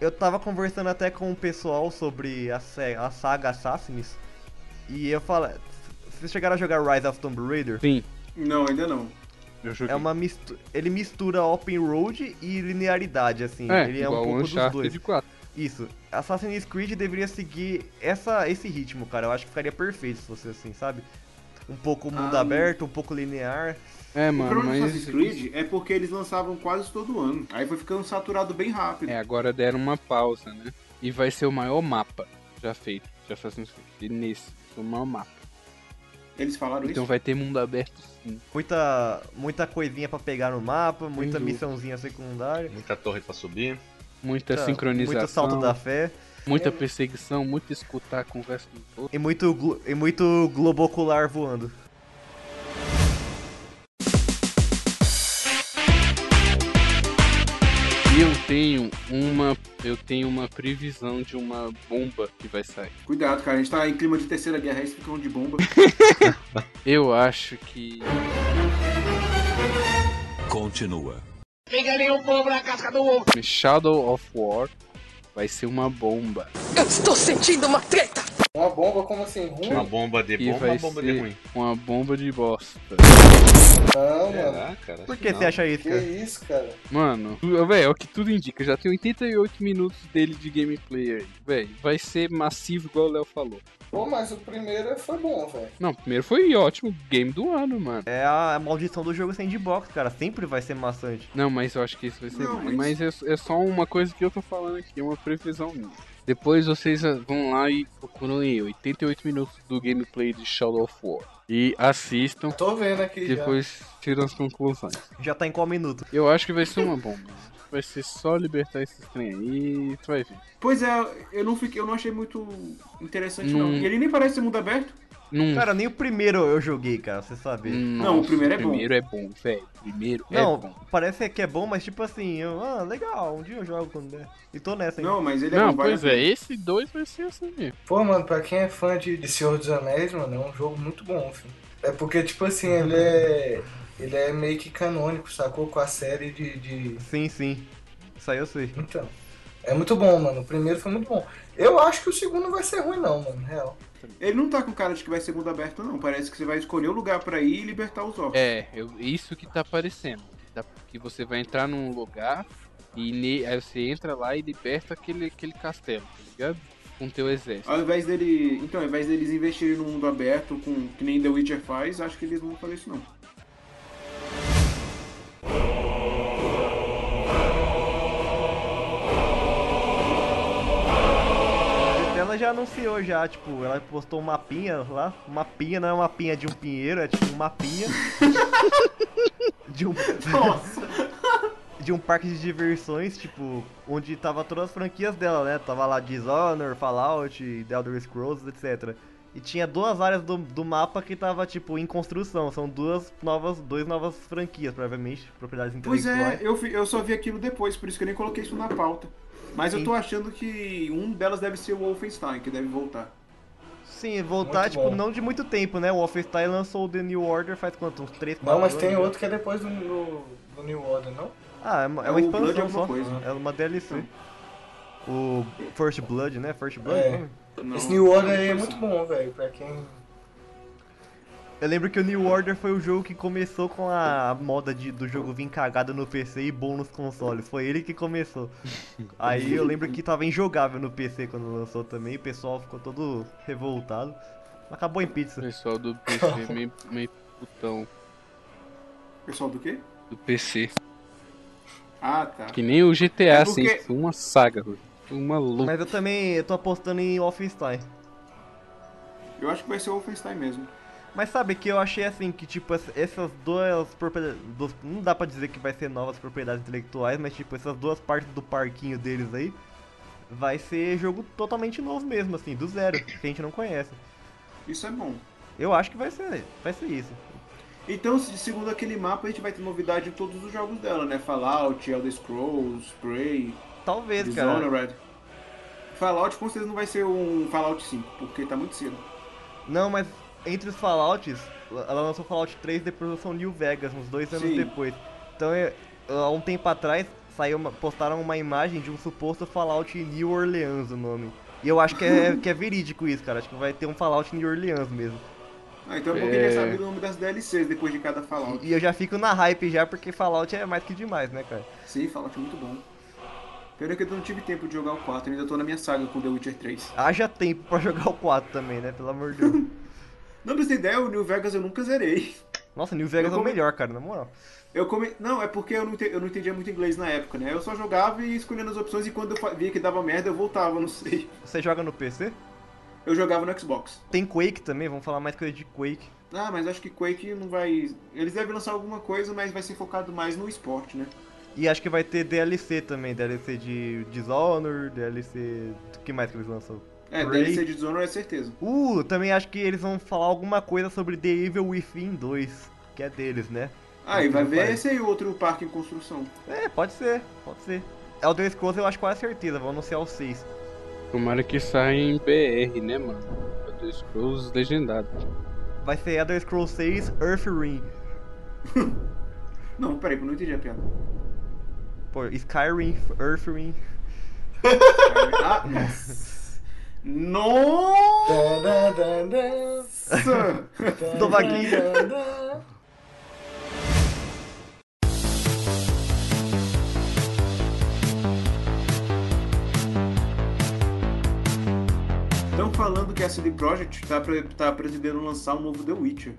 [SPEAKER 2] Eu tava conversando até com o pessoal sobre a, se- a saga Assassins. E eu falo. Vocês chegaram a jogar Rise of Tomb Raider?
[SPEAKER 4] Sim,
[SPEAKER 6] Não, ainda não.
[SPEAKER 4] eu joguei.
[SPEAKER 2] É uma mistu... Ele mistura open road e linearidade, assim.
[SPEAKER 4] É,
[SPEAKER 2] ele é um
[SPEAKER 4] igual
[SPEAKER 2] pouco
[SPEAKER 4] o
[SPEAKER 2] dos
[SPEAKER 4] Uncharted
[SPEAKER 2] dois.
[SPEAKER 4] 4.
[SPEAKER 2] Isso. Assassin's Creed deveria seguir essa, esse ritmo, cara. Eu acho que ficaria perfeito se fosse assim, sabe? Um pouco mundo
[SPEAKER 6] Ah.
[SPEAKER 2] aberto, um pouco linear.
[SPEAKER 4] É,
[SPEAKER 6] o
[SPEAKER 4] mano,
[SPEAKER 6] problema do
[SPEAKER 4] mas...
[SPEAKER 6] Assassin's Creed é porque eles lançavam quase todo ano. Aí foi ficando saturado bem rápido.
[SPEAKER 4] É, agora deram uma pausa, né? E vai ser o maior mapa já feito, já fazendo isso. E nesse, o maior mapa.
[SPEAKER 6] Eles falaram
[SPEAKER 4] Então
[SPEAKER 6] isso.
[SPEAKER 4] vai ter mundo aberto sim.
[SPEAKER 2] Muita, muita coisinha pra pegar no mapa, muita
[SPEAKER 4] dúvida.
[SPEAKER 2] missãozinha secundária.
[SPEAKER 3] Muita torre pra subir.
[SPEAKER 4] Muita
[SPEAKER 2] muita-
[SPEAKER 4] sincronização.
[SPEAKER 2] Muito salto da fé.
[SPEAKER 4] Muita perseguição, muito escutar a conversa do outro.
[SPEAKER 2] E muito, glo- e muito globo ocular voando.
[SPEAKER 4] E eu tenho uma. Eu tenho uma previsão de uma bomba que vai sair.
[SPEAKER 6] Cuidado, cara. A gente tá em clima de terceira guerra, aí eles ficam de
[SPEAKER 4] [laughs]
[SPEAKER 6] bomba.
[SPEAKER 4] Eu acho que.
[SPEAKER 7] Continua.
[SPEAKER 4] Shadow of War vai ser uma bomba.
[SPEAKER 8] Eu estou sentindo uma treta!
[SPEAKER 5] Uma bomba como assim, ruim?
[SPEAKER 3] Uma bomba de
[SPEAKER 4] E
[SPEAKER 3] bom,
[SPEAKER 4] vai
[SPEAKER 3] uma bomba de
[SPEAKER 4] ser-
[SPEAKER 3] ruim.
[SPEAKER 4] Uma bomba de bosta.
[SPEAKER 5] Não, mano.
[SPEAKER 3] Será, cara?
[SPEAKER 2] Por
[SPEAKER 3] Acho
[SPEAKER 2] que
[SPEAKER 3] não.
[SPEAKER 2] você acha isso,
[SPEAKER 5] É. Que
[SPEAKER 2] cara?
[SPEAKER 5] isso, cara?
[SPEAKER 4] Mano, tu- véi, é o que tudo indica. Já tem 88 minutos dele de gameplay aí. Véi, vai ser massivo igual o Léo falou.
[SPEAKER 5] Pô, mas o primeiro foi bom, velho.
[SPEAKER 4] Não, primeiro foi ótimo. Game do ano, mano.
[SPEAKER 2] É a maldição do jogo sandbox, cara. Sempre vai ser maçante.
[SPEAKER 4] Não, mas eu acho que isso vai ser
[SPEAKER 6] Não,
[SPEAKER 4] mais.
[SPEAKER 6] mas-
[SPEAKER 4] Mas, é, é só uma coisa que eu tô falando aqui, é uma previsão minha. Depois vocês ah, vão lá e procuram aí 88 minutos do gameplay de Shadow of War. E assistam,
[SPEAKER 5] Tô vendo aqui
[SPEAKER 4] depois tiram as conclusões.
[SPEAKER 2] Já tá em qual minuto?
[SPEAKER 4] Eu acho que vai ser uma bomba. Vai ser só libertar esses trem aí e tu vai ver.
[SPEAKER 6] Pois é, eu não, fiquei, eu não achei muito interessante, não.
[SPEAKER 4] Não.
[SPEAKER 6] E ele nem parece ser mundo aberto.
[SPEAKER 4] Num...
[SPEAKER 2] Cara, nem o primeiro eu joguei, cara, você sabe.
[SPEAKER 4] Nossa,
[SPEAKER 6] o primeiro é bom.
[SPEAKER 4] O primeiro é bom, velho. O primeiro Hum. é
[SPEAKER 2] Não,
[SPEAKER 4] bom.
[SPEAKER 2] parece que é bom, mas tipo assim, eu, ah, legal, um dia eu jogo quando der. E tô nessa, hein?
[SPEAKER 6] Não, mas ele é
[SPEAKER 4] Não,
[SPEAKER 6] bom, vale a
[SPEAKER 4] pois é, esse dois vai ser assim mesmo.
[SPEAKER 5] Pô, mano, pra quem é fã de, de Senhor dos Anéis, mano, é um jogo muito bom, filho. É porque, tipo assim, ele é. Ele é meio que canônico, sacou? Com a série de. de...
[SPEAKER 2] Sim, sim. Isso aí eu sei.
[SPEAKER 5] Então. É muito bom, mano. O primeiro foi muito bom. Eu acho que o segundo não vai ser ruim, não, mano, real.
[SPEAKER 6] Ele não tá com cara de que vai ser mundo aberto, não. Parece que você vai escolher o lugar pra ir e libertar os órfãos.
[SPEAKER 4] É, eu- isso que tá aparecendo. Que, tá- que você vai entrar num lugar e ne- aí você entra lá e liberta aquele, aquele castelo, tá ligado? Com teu exército.
[SPEAKER 6] Ao invés dele. Então, ao invés deles investirem no mundo aberto, com que nem The Witcher faz, acho que eles não vão fazer isso não.
[SPEAKER 2] Ela já anunciou já, tipo, ela postou um mapinha lá. Um mapinha não é um mapinha de um pinheiro, é tipo um
[SPEAKER 5] [laughs]
[SPEAKER 2] mapinha. de um. [laughs] de um parque de diversões, tipo, onde tava todas as franquias dela, né? Tava lá Dishonor, Fallout, The Elder Scrolls, etc. E tinha duas áreas do, do mapa que tava, tipo, em construção. São duas novas, dois novas franquias, provavelmente, propriedades
[SPEAKER 6] Pois
[SPEAKER 2] intelectuais.
[SPEAKER 6] é, eu, fi- eu só vi aquilo depois, por isso que eu nem coloquei isso na pauta. Mas eu tô achando que um delas deve ser o Wolfenstein, que deve voltar.
[SPEAKER 2] Sim, voltar,
[SPEAKER 5] Muito
[SPEAKER 2] tipo,
[SPEAKER 5] bom.
[SPEAKER 2] não de muito tempo, né? O Wolfenstein lançou o The New Order faz quanto? Uns 3, 4
[SPEAKER 5] Não, mas tem outro que é depois do, do, do New Order, não?
[SPEAKER 2] Ah, é uma, é
[SPEAKER 6] É
[SPEAKER 2] uma
[SPEAKER 6] o Blood
[SPEAKER 2] expansão
[SPEAKER 6] alguma
[SPEAKER 2] só.
[SPEAKER 6] coisa.
[SPEAKER 2] É uma DLC. O First Blood, né? First Blood.
[SPEAKER 5] É.
[SPEAKER 2] não?
[SPEAKER 6] Não,
[SPEAKER 5] Esse New Order
[SPEAKER 6] não
[SPEAKER 5] aí é
[SPEAKER 6] foi
[SPEAKER 5] muito
[SPEAKER 6] assim.
[SPEAKER 5] bom, velho, pra quem...
[SPEAKER 2] Eu lembro que o New Order foi o jogo que começou com a moda de, do jogo vir cagado no PC e bom nos consoles. Foi ele que começou. Aí eu lembro que tava injogável no PC quando lançou também. O pessoal ficou todo revoltado. Acabou em
[SPEAKER 4] O
[SPEAKER 2] pizza.
[SPEAKER 4] pessoal do
[SPEAKER 6] [laughs]
[SPEAKER 4] PC meio, meio putão
[SPEAKER 6] Pessoal do quê?
[SPEAKER 4] do PC.
[SPEAKER 6] Ah, tá.
[SPEAKER 4] Que nem o GTA,
[SPEAKER 6] É porque-
[SPEAKER 4] assim, foi uma saga, velho. Foi Uma luta.
[SPEAKER 2] Mas eu também eu tô apostando em Wolfenstein.
[SPEAKER 6] Eu acho que vai ser o Wolfenstein mesmo.
[SPEAKER 2] Mas sabe que eu achei assim que tipo ess- essas duas propriedades, não dá pra dizer que vai ser novas propriedades intelectuais, mas tipo essas duas partes do parquinho deles aí vai ser jogo totalmente novo mesmo assim, do zero, que a gente não conhece.
[SPEAKER 6] Isso é bom.
[SPEAKER 2] Eu acho que vai ser, vai ser isso.
[SPEAKER 6] Então, se- segundo aquele mapa, a gente vai ter novidade em todos os jogos dela, né? Fallout, Elder Scrolls, Prey,
[SPEAKER 2] Talvez, cara.
[SPEAKER 6] Dishonored. Fallout com certeza não vai ser um Fallout 5, porque tá muito cedo.
[SPEAKER 2] Não, mas entre os Fallouts, ela lançou Fallout 3 e depois lançou New Vegas uns dois anos
[SPEAKER 6] Sim.
[SPEAKER 2] depois. Então, eu- há um tempo atrás saiu uma- postaram uma imagem de um suposto Fallout New Orleans o nome. E eu acho
[SPEAKER 6] [laughs]
[SPEAKER 2] que é, que é verídico isso, cara. Acho que vai ter um Fallout New Orleans mesmo.
[SPEAKER 6] Ah, então eu queria saber o nome das DLCs depois de cada Fallout.
[SPEAKER 2] E eu já fico na hype já, porque Fallout é mais que demais, né, cara?
[SPEAKER 6] Sim, Fallout é muito bom. Pena que eu não tive tempo de jogar o 4, ainda tô na minha saga com The Witcher 3.
[SPEAKER 2] Haja tempo pra [laughs] jogar o 4 também, né? Pelo amor de
[SPEAKER 6] [laughs]
[SPEAKER 2] Deus.
[SPEAKER 6] Não, pra você ter ideia, o New Vegas eu nunca zerei.
[SPEAKER 2] Nossa, New Vegas
[SPEAKER 6] Eu
[SPEAKER 2] é o
[SPEAKER 6] come-
[SPEAKER 2] melhor, cara, na moral.
[SPEAKER 6] Eu come... Não, é porque eu não, ente- eu não entendia muito inglês na época, né? Eu só jogava e escolhendo as opções e quando eu fa- via que dava merda, eu voltava, não sei.
[SPEAKER 2] Você joga no PC?
[SPEAKER 6] Eu jogava no Xbox.
[SPEAKER 2] Tem Quake também, vamos falar mais coisa de Quake.
[SPEAKER 6] Ah, mas acho que Quake não vai. Eles devem lançar alguma coisa, mas vai ser focado mais no esporte, né?
[SPEAKER 2] E acho que vai ter DLC também, DLC de Dishonor, DLC. O que mais que eles lançam?
[SPEAKER 6] É,
[SPEAKER 2] Prey.
[SPEAKER 6] DLC de Dishonored é certeza.
[SPEAKER 2] Uh, também acho que eles vão falar alguma coisa sobre The Evil Within 2, que é deles, né?
[SPEAKER 6] Ah, e
[SPEAKER 2] Não
[SPEAKER 6] vai
[SPEAKER 2] tem
[SPEAKER 6] ver
[SPEAKER 2] pai.
[SPEAKER 6] esse aí outro parque em construção.
[SPEAKER 2] É, pode ser, pode ser. Elder Scrolls eu acho quase certeza, vão anunciar os 6.
[SPEAKER 4] Tomara que saia em BR, né, mano? Elder Scrolls legendado.
[SPEAKER 2] Vai ser Elder Scrolls 6 Earthring.
[SPEAKER 6] Não, peraí, que eu não entendi a piada.
[SPEAKER 2] Pô, Skyrim, Earthring.
[SPEAKER 6] Ah, nossa! Nossa!
[SPEAKER 5] Dan, dan, dan, dan, dan,
[SPEAKER 2] Tô vaguinho.
[SPEAKER 5] dan, dan.
[SPEAKER 6] Estão falando que a CD Projekt tá, pre- tá pretendendo lançar um novo The Witcher.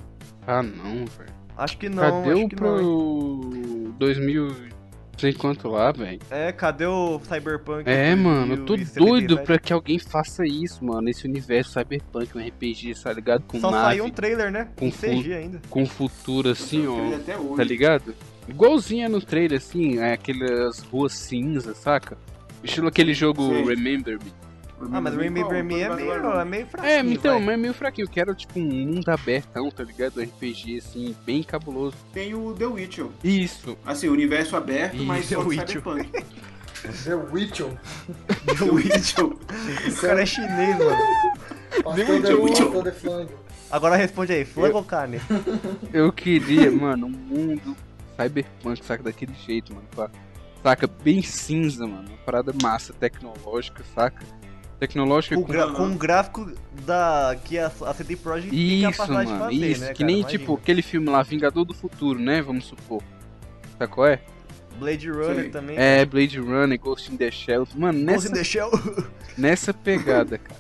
[SPEAKER 4] Ah, não, velho.
[SPEAKER 2] Acho que não,
[SPEAKER 4] Cadê
[SPEAKER 2] acho
[SPEAKER 4] o
[SPEAKER 2] que não. hein?
[SPEAKER 4] pro 2000 não sei quanto lá, velho?
[SPEAKER 2] É, cadê o Cyberpunk?
[SPEAKER 4] É, mano, eu tô doido
[SPEAKER 2] 2077?
[SPEAKER 4] pra que alguém faça isso, mano. Esse universo cyberpunk, um RPG, tá ligado? Com
[SPEAKER 2] Só
[SPEAKER 4] nave,
[SPEAKER 2] saiu um trailer, né?
[SPEAKER 4] com
[SPEAKER 2] Em CG ainda.
[SPEAKER 4] com futuro assim, ó.
[SPEAKER 6] Ele até
[SPEAKER 2] um
[SPEAKER 6] hoje.
[SPEAKER 4] Tá ligado? Igualzinha no trailer, assim, é aquelas ruas cinzas, saca? Estilo aquele jogo
[SPEAKER 6] Sei.
[SPEAKER 4] Remember Me.
[SPEAKER 2] Ah, mas o Remember Me é
[SPEAKER 6] Quando vai
[SPEAKER 2] meio,
[SPEAKER 6] lançar?
[SPEAKER 2] é meio fraquinho,
[SPEAKER 4] É, então,
[SPEAKER 2] vai.
[SPEAKER 4] mas é meio fraquinho. Eu quero, tipo, um mundo abertão, tá ligado? RPG, assim, bem cabuloso.
[SPEAKER 6] Tem o The Witcher.
[SPEAKER 4] Isso.
[SPEAKER 6] Assim, universo aberto,
[SPEAKER 4] Ih,
[SPEAKER 6] mas
[SPEAKER 2] The
[SPEAKER 6] só de
[SPEAKER 2] Witcher.
[SPEAKER 4] [laughs]
[SPEAKER 6] cyberpunk.
[SPEAKER 5] [laughs] The Witcher.
[SPEAKER 6] The Witcher.
[SPEAKER 2] O cara é chinês, mano.
[SPEAKER 5] Pastor The Pastor The Flango.
[SPEAKER 2] Agora responde aí, flango ou carne?
[SPEAKER 4] Eu queria, mano, um mundo cyberpunk, saca? Daquele jeito, mano. pá. Saca? Bem cinza, mano. Uma parada massa, tecnológica, saca? Tecnológico
[SPEAKER 2] Com,
[SPEAKER 4] e
[SPEAKER 2] gra- com um gráfico da, que a, a CD Projekt tem
[SPEAKER 4] Isso,
[SPEAKER 2] capacidade de
[SPEAKER 4] mano,
[SPEAKER 2] fazer,
[SPEAKER 4] isso.
[SPEAKER 2] né,
[SPEAKER 4] que
[SPEAKER 2] cara?
[SPEAKER 4] nem,
[SPEAKER 2] Imagina.
[SPEAKER 4] tipo, aquele filme lá, Vingador do Futuro, né? Vamos supor. Sabe qual é?
[SPEAKER 2] Blade Runner
[SPEAKER 1] Sim.
[SPEAKER 2] também.
[SPEAKER 4] É, Blade Runner, Ghost in the Shell. Mano,
[SPEAKER 2] Ghost
[SPEAKER 4] nessa,
[SPEAKER 2] in the Shell.
[SPEAKER 4] [laughs] nessa pegada, cara.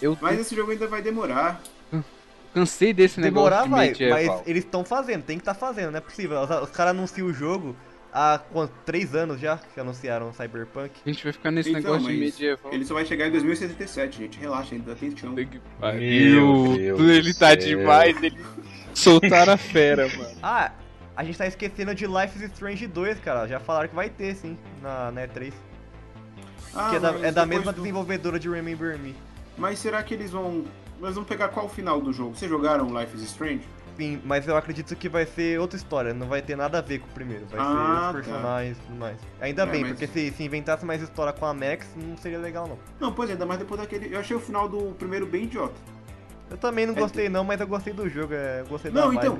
[SPEAKER 4] Eu
[SPEAKER 6] Mas esse jogo ainda vai demorar.
[SPEAKER 4] cansei desse negócio
[SPEAKER 2] Demorar
[SPEAKER 4] de é
[SPEAKER 2] vai,
[SPEAKER 4] medieval.
[SPEAKER 2] mas eles estão fazendo, tem que estar fazendo, não é possível. Os, os caras anunciam o jogo há quanto, três anos já que anunciaram o Cyberpunk.
[SPEAKER 4] A gente vai ficar nesse
[SPEAKER 6] Então,
[SPEAKER 4] negócio de
[SPEAKER 6] mas
[SPEAKER 4] medieval.
[SPEAKER 6] Ele só vai chegar em 2077, gente. Relaxa, ainda tem chão.
[SPEAKER 4] Puta que
[SPEAKER 3] Meu
[SPEAKER 4] pariu,
[SPEAKER 3] Deus
[SPEAKER 4] ele
[SPEAKER 3] do
[SPEAKER 4] tá
[SPEAKER 3] céu.
[SPEAKER 4] demais, ele soltaram a fera, mano.
[SPEAKER 2] Ah, a gente tá esquecendo de Life is Strange 2, cara. Já falaram que vai ter, sim, na, na E3.
[SPEAKER 6] Ah,
[SPEAKER 2] que é da,
[SPEAKER 6] mas
[SPEAKER 2] é da
[SPEAKER 6] depois
[SPEAKER 2] mesma
[SPEAKER 6] do-
[SPEAKER 2] desenvolvedora de Remember Me.
[SPEAKER 6] Mas será que eles vão. Mas vão pegar qual final do jogo? Vocês jogaram Life is Strange?
[SPEAKER 2] Sim, mas eu acredito que vai ser outra história, não vai ter nada a ver com o primeiro. Vai
[SPEAKER 6] Ah,
[SPEAKER 2] ser os personagens e tudo mais. Ainda
[SPEAKER 6] É,
[SPEAKER 2] bem,
[SPEAKER 6] mas-
[SPEAKER 2] porque se, se inventasse mais história com a Max, não seria legal não.
[SPEAKER 6] Não, pois é, ainda mais depois daquele. Eu achei o final do primeiro bem idiota.
[SPEAKER 2] Eu também não
[SPEAKER 6] É,
[SPEAKER 2] gostei não, mas eu gostei do jogo, é, eu gostei da
[SPEAKER 6] Não,
[SPEAKER 2] vibe.
[SPEAKER 6] então.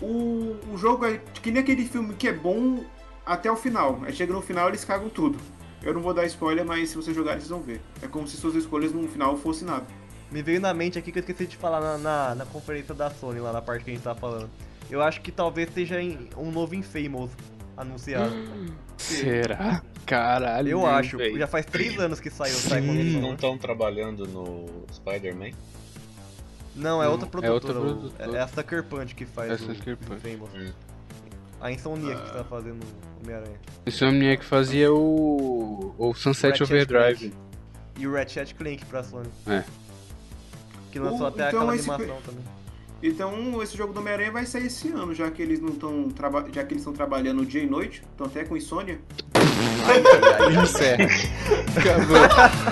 [SPEAKER 6] O, o jogo é que nem aquele filme que é bom até o final. Aí chega no final eles cagam tudo. Eu não vou dar spoiler, mas se vocês jogarem vocês vão ver. É como se suas escolhas no final fossem nada.
[SPEAKER 2] Me veio na mente aqui que eu esqueci de falar na, na, na conferência da Sony, lá na parte que a gente tá falando. Eu acho que talvez seja em- um novo Infamous anunciado.
[SPEAKER 4] Será? Ah, Caralho.
[SPEAKER 2] eu acho.
[SPEAKER 4] velho.
[SPEAKER 2] Já faz três anos que saiu o
[SPEAKER 4] Sim.
[SPEAKER 2] Simon
[SPEAKER 3] Eles
[SPEAKER 2] Infamous.
[SPEAKER 3] não estão trabalhando no Spider-man?
[SPEAKER 2] Não, é outra
[SPEAKER 4] é outra
[SPEAKER 2] produtora. o-
[SPEAKER 4] produtora.
[SPEAKER 2] É, é a Sucker Punch que faz
[SPEAKER 4] É
[SPEAKER 2] o
[SPEAKER 4] Sucker Punch.
[SPEAKER 2] Infamous.
[SPEAKER 6] É.
[SPEAKER 3] Hum.
[SPEAKER 2] A Insomniac
[SPEAKER 6] Ah.
[SPEAKER 2] que tá fazendo o Homem-Aranha.
[SPEAKER 4] Esse homem é que fazia o. o Sunset
[SPEAKER 2] Ratchet
[SPEAKER 4] Overdrive.
[SPEAKER 2] Clank. E o Ratchet Clank pra Sony.
[SPEAKER 4] É.
[SPEAKER 2] Que lançou
[SPEAKER 6] O-
[SPEAKER 2] até
[SPEAKER 6] então
[SPEAKER 2] aquela
[SPEAKER 6] esse-
[SPEAKER 2] animação também.
[SPEAKER 6] Então esse jogo do Homem-Aranha vai sair esse ano, já que eles não estão já que eles estão trabalhando dia e noite, estão até com insônia.
[SPEAKER 4] Aí encerra.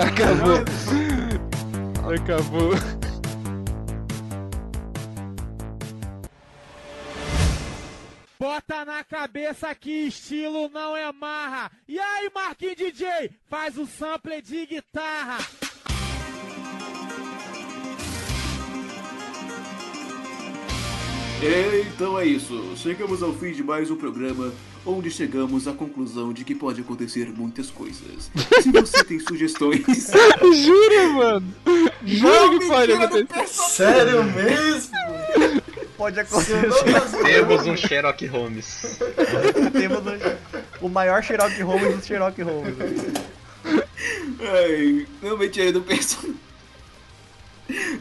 [SPEAKER 4] Acabou. Acabou. Acabou.
[SPEAKER 9] Bota na cabeça que estilo não é marra. E aí, Marquinhos DJ, faz o sample de guitarra.
[SPEAKER 1] Então é isso. Chegamos ao fim de mais um programa, onde chegamos à conclusão de que pode acontecer muitas coisas. Se você tem sugestões.
[SPEAKER 4] Jura, mano? Jura que pode acontecer.
[SPEAKER 5] Sério mesmo?
[SPEAKER 2] Pode
[SPEAKER 5] Se eu
[SPEAKER 2] [laughs] acontecer.
[SPEAKER 5] não
[SPEAKER 3] Temos um Sherlock Holmes.
[SPEAKER 2] Temos um- o- o maior Sherlock Holmes dos Sherlock Holmes.
[SPEAKER 1] Ai, não me tirei do personagem.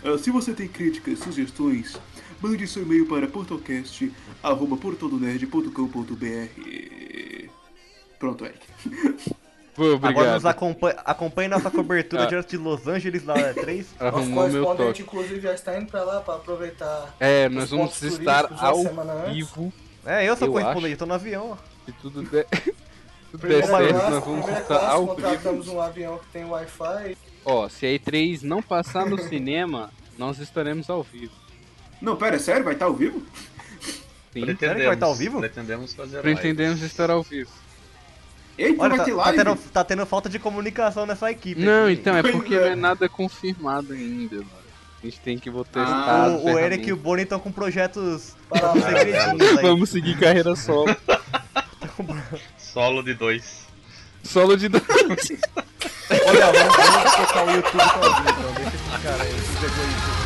[SPEAKER 1] Ah, Se você tem críticas, sugestões, mande seu e-mail para portalcast.portaldonerd.com.br Pronto, Eric.
[SPEAKER 4] Pô,
[SPEAKER 2] Agora
[SPEAKER 4] obrigado.
[SPEAKER 2] nos acompanha, acompanhe nossa cobertura
[SPEAKER 4] Ah.
[SPEAKER 2] direto de Los Angeles lá é na 3.
[SPEAKER 5] Os
[SPEAKER 4] Arrumou
[SPEAKER 5] quais
[SPEAKER 4] meu
[SPEAKER 5] podem, a gente,
[SPEAKER 4] toque.
[SPEAKER 5] inclusive, já está indo pra lá pra aproveitar.
[SPEAKER 4] É, nós
[SPEAKER 5] os
[SPEAKER 4] vamos
[SPEAKER 5] pontos
[SPEAKER 4] estar
[SPEAKER 5] turísticos da
[SPEAKER 4] ao
[SPEAKER 5] semana antes.
[SPEAKER 4] vivo.
[SPEAKER 2] É, eu sou
[SPEAKER 4] Eu
[SPEAKER 2] correspondente, eu tô no avião. ó.
[SPEAKER 4] Se tudo der. [laughs] Tudo der
[SPEAKER 5] Primeira
[SPEAKER 4] certo,
[SPEAKER 5] classe,
[SPEAKER 4] nós vamos
[SPEAKER 5] primeira
[SPEAKER 4] estar
[SPEAKER 5] classe,
[SPEAKER 4] ao vivo.
[SPEAKER 5] contratamos um avião que tem Wi-Fi.
[SPEAKER 4] Ó, se a E3 não passar no cinema, nós estaremos ao vivo.
[SPEAKER 6] Não, pera, é sério? Vai estar ao vivo?
[SPEAKER 4] Sim.
[SPEAKER 3] Pretendemos,
[SPEAKER 2] Será que vai estar ao vivo?
[SPEAKER 3] Pretendemos fazer live.
[SPEAKER 4] Pretendemos estar ao vivo.
[SPEAKER 6] Eita,
[SPEAKER 2] Olha,
[SPEAKER 6] vai
[SPEAKER 2] tá,
[SPEAKER 6] ter
[SPEAKER 2] tá
[SPEAKER 6] live!
[SPEAKER 2] tendo, tá tendo falta de comunicação nessa equipe.
[SPEAKER 4] Não,
[SPEAKER 2] aqui.
[SPEAKER 4] então, é
[SPEAKER 6] Pois
[SPEAKER 4] porque
[SPEAKER 6] é.
[SPEAKER 4] [laughs] não é nada confirmado ainda, mano. A gente tem que botar
[SPEAKER 6] Ah,
[SPEAKER 4] estado,
[SPEAKER 2] O, o Eric e o
[SPEAKER 4] [laughs] ferramenta.
[SPEAKER 2] Bonnie estão com
[SPEAKER 4] [laughs]
[SPEAKER 2] projetos
[SPEAKER 5] Para
[SPEAKER 2] tão
[SPEAKER 5] lá.
[SPEAKER 2] segredinhos aí.
[SPEAKER 4] Vamos seguir carreira solo.
[SPEAKER 3] Solo de dois.
[SPEAKER 4] solo [laughs] de dança.
[SPEAKER 2] Olha, vamos, vamos tocar o YouTube sozinho, então. Deixa esse cara aí, esse egoísta.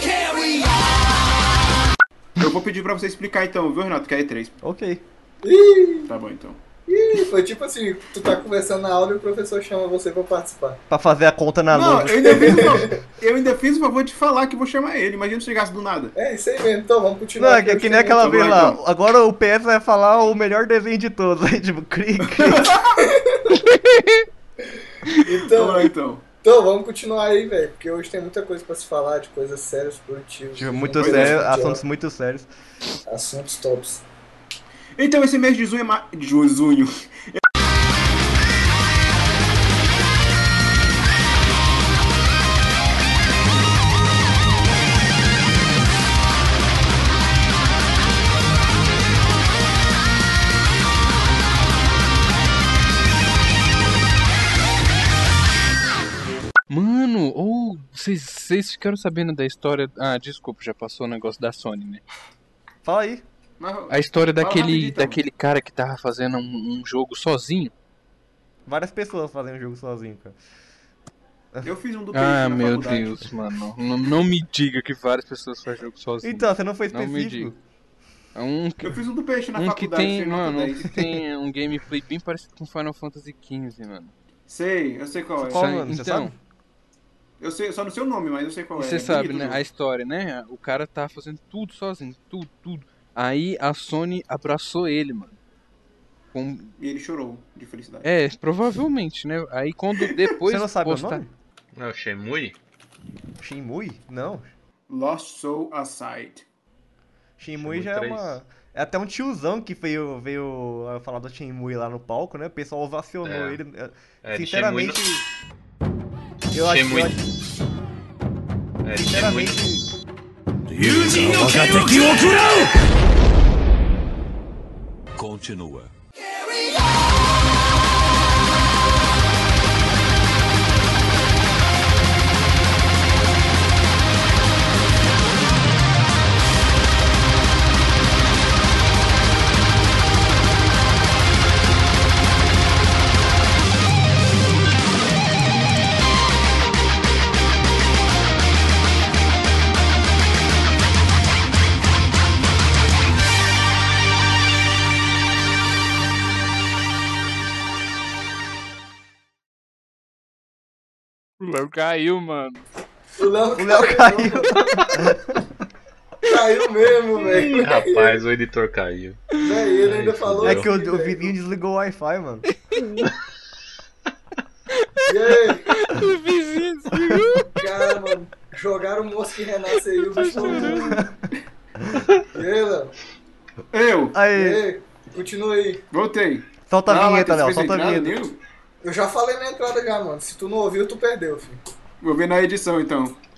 [SPEAKER 8] Carry on.
[SPEAKER 6] Eu vou pedir pra você explicar então, viu, Renato? Que é E3.
[SPEAKER 2] Ok.
[SPEAKER 6] Tá bom, então.
[SPEAKER 5] Ih, foi tipo assim, tu tá conversando na aula e o professor chama você pra participar.
[SPEAKER 2] Pra fazer a conta na
[SPEAKER 6] Não,
[SPEAKER 2] luz.
[SPEAKER 6] eu ainda, fiz o favor, eu ainda fiz o favor de falar que vou chamar ele. Imagina se chegasse do nada.
[SPEAKER 5] É isso aí mesmo, então vamos continuar.
[SPEAKER 2] Não, é
[SPEAKER 5] aqui,
[SPEAKER 2] que,
[SPEAKER 5] eu
[SPEAKER 2] que nem
[SPEAKER 5] tenho-
[SPEAKER 2] aquela
[SPEAKER 6] Vamos
[SPEAKER 2] vez
[SPEAKER 6] lá,
[SPEAKER 2] lá. Agora o PS vai falar o melhor desenho de todos. Aí, [laughs] tipo, cri, cri.
[SPEAKER 5] Então,
[SPEAKER 6] Vamos lá, então.
[SPEAKER 5] então vamos continuar aí, velho, porque hoje tem muita coisa pra se falar, de coisas sérias, produtivas.
[SPEAKER 2] Tipo, muito
[SPEAKER 5] Coisas
[SPEAKER 2] sério,
[SPEAKER 5] idiota-
[SPEAKER 2] assuntos muito sérios.
[SPEAKER 5] Assuntos tops.
[SPEAKER 6] Então esse mês de junho é ma... de junho.
[SPEAKER 4] Vocês ficaram sabendo da história. Ah, desculpa, já passou o negócio da Sony, né?
[SPEAKER 2] Fala aí.
[SPEAKER 6] Mas,
[SPEAKER 4] A história
[SPEAKER 6] Fala
[SPEAKER 4] daquele,
[SPEAKER 6] rapidinho, então.
[SPEAKER 4] daquele cara que tava fazendo um, um jogo sozinho.
[SPEAKER 2] Várias pessoas fazem o jogo sozinho, cara.
[SPEAKER 6] eu fiz um do peito
[SPEAKER 4] Ah,
[SPEAKER 6] na
[SPEAKER 4] meu
[SPEAKER 6] faculdade.
[SPEAKER 4] Deus, mano. Não, não me diga que várias pessoas fazem jogo sozinho.
[SPEAKER 2] Então, você não foi
[SPEAKER 4] Não me
[SPEAKER 2] específico?
[SPEAKER 4] É um que,
[SPEAKER 6] Eu fiz um do peixe na
[SPEAKER 4] um que
[SPEAKER 6] faculdade,
[SPEAKER 4] tem,
[SPEAKER 6] tirei nota
[SPEAKER 4] mano, um
[SPEAKER 6] 10.
[SPEAKER 4] que tem um gameplay bem parecido com Final Fantasy XV, mano.
[SPEAKER 6] Sei, eu sei qual é.
[SPEAKER 2] Qual,
[SPEAKER 4] Sabe-
[SPEAKER 2] mano? Você
[SPEAKER 4] então,
[SPEAKER 2] sabe?
[SPEAKER 6] Eu sei, só não sei o nome, mas eu sei qual
[SPEAKER 4] E
[SPEAKER 6] é.
[SPEAKER 4] você
[SPEAKER 6] É
[SPEAKER 4] sabe,
[SPEAKER 6] bonito,
[SPEAKER 4] né?
[SPEAKER 6] viu?
[SPEAKER 4] A história, né? O cara tá fazendo tudo sozinho, tudo, tudo. Aí a Sony abraçou ele, mano. Com-
[SPEAKER 6] E ele chorou de felicidade.
[SPEAKER 4] É, provavelmente, né? Aí
[SPEAKER 2] [laughs]
[SPEAKER 4] quando depois
[SPEAKER 2] Você não sabe
[SPEAKER 4] postar...
[SPEAKER 2] o nome?
[SPEAKER 3] Não, o Shenmue?
[SPEAKER 2] Shinmui? Não.
[SPEAKER 6] Lost Soul Aside.
[SPEAKER 2] Shinmui
[SPEAKER 3] Shenmue
[SPEAKER 2] já é
[SPEAKER 3] três.
[SPEAKER 2] uma. É até um tiozão que veio, veio ah, falar do Shinmui lá no palco, né? O pessoal ovacionou
[SPEAKER 3] É.
[SPEAKER 2] ele. Eu-
[SPEAKER 3] É, de Shenmue
[SPEAKER 2] Sinceramente.
[SPEAKER 3] não-
[SPEAKER 2] Eu acho
[SPEAKER 3] Shenmue-
[SPEAKER 2] que.
[SPEAKER 3] é, de Shenmue-
[SPEAKER 2] Sinceramente. [laughs]
[SPEAKER 7] Continua.
[SPEAKER 4] O Léo caiu, mano.
[SPEAKER 5] O Léo
[SPEAKER 2] é O Léo caiu. [laughs]
[SPEAKER 5] Caiu mesmo, velho.
[SPEAKER 3] Rapaz, o editor caiu.
[SPEAKER 5] Daí ele ainda
[SPEAKER 3] Ai,
[SPEAKER 5] falou.
[SPEAKER 2] É
[SPEAKER 3] fudeu.
[SPEAKER 2] que
[SPEAKER 5] assim,
[SPEAKER 2] o, o
[SPEAKER 5] velho.
[SPEAKER 2] vizinho desligou o Wi-Fi, mano.
[SPEAKER 5] E
[SPEAKER 2] [laughs]
[SPEAKER 5] aí?
[SPEAKER 4] O vizinho
[SPEAKER 5] Cara, mano, jogaram o moço que renasce aí, o bicho morreu. E aí,
[SPEAKER 2] [laughs]
[SPEAKER 5] Léo?
[SPEAKER 6] Eu!
[SPEAKER 5] E
[SPEAKER 2] Aí,
[SPEAKER 5] aí? Continua aí.
[SPEAKER 6] Voltei.
[SPEAKER 2] solta a
[SPEAKER 6] Ah,
[SPEAKER 2] vinheta,
[SPEAKER 6] Matheus, fez
[SPEAKER 2] Léo, solta a
[SPEAKER 6] entrada,
[SPEAKER 2] vinheta.
[SPEAKER 6] viu?
[SPEAKER 5] Eu já falei na entrada já, mano. Se tu não ouviu, tu perdeu, filho.
[SPEAKER 6] Vou ver na edição, então.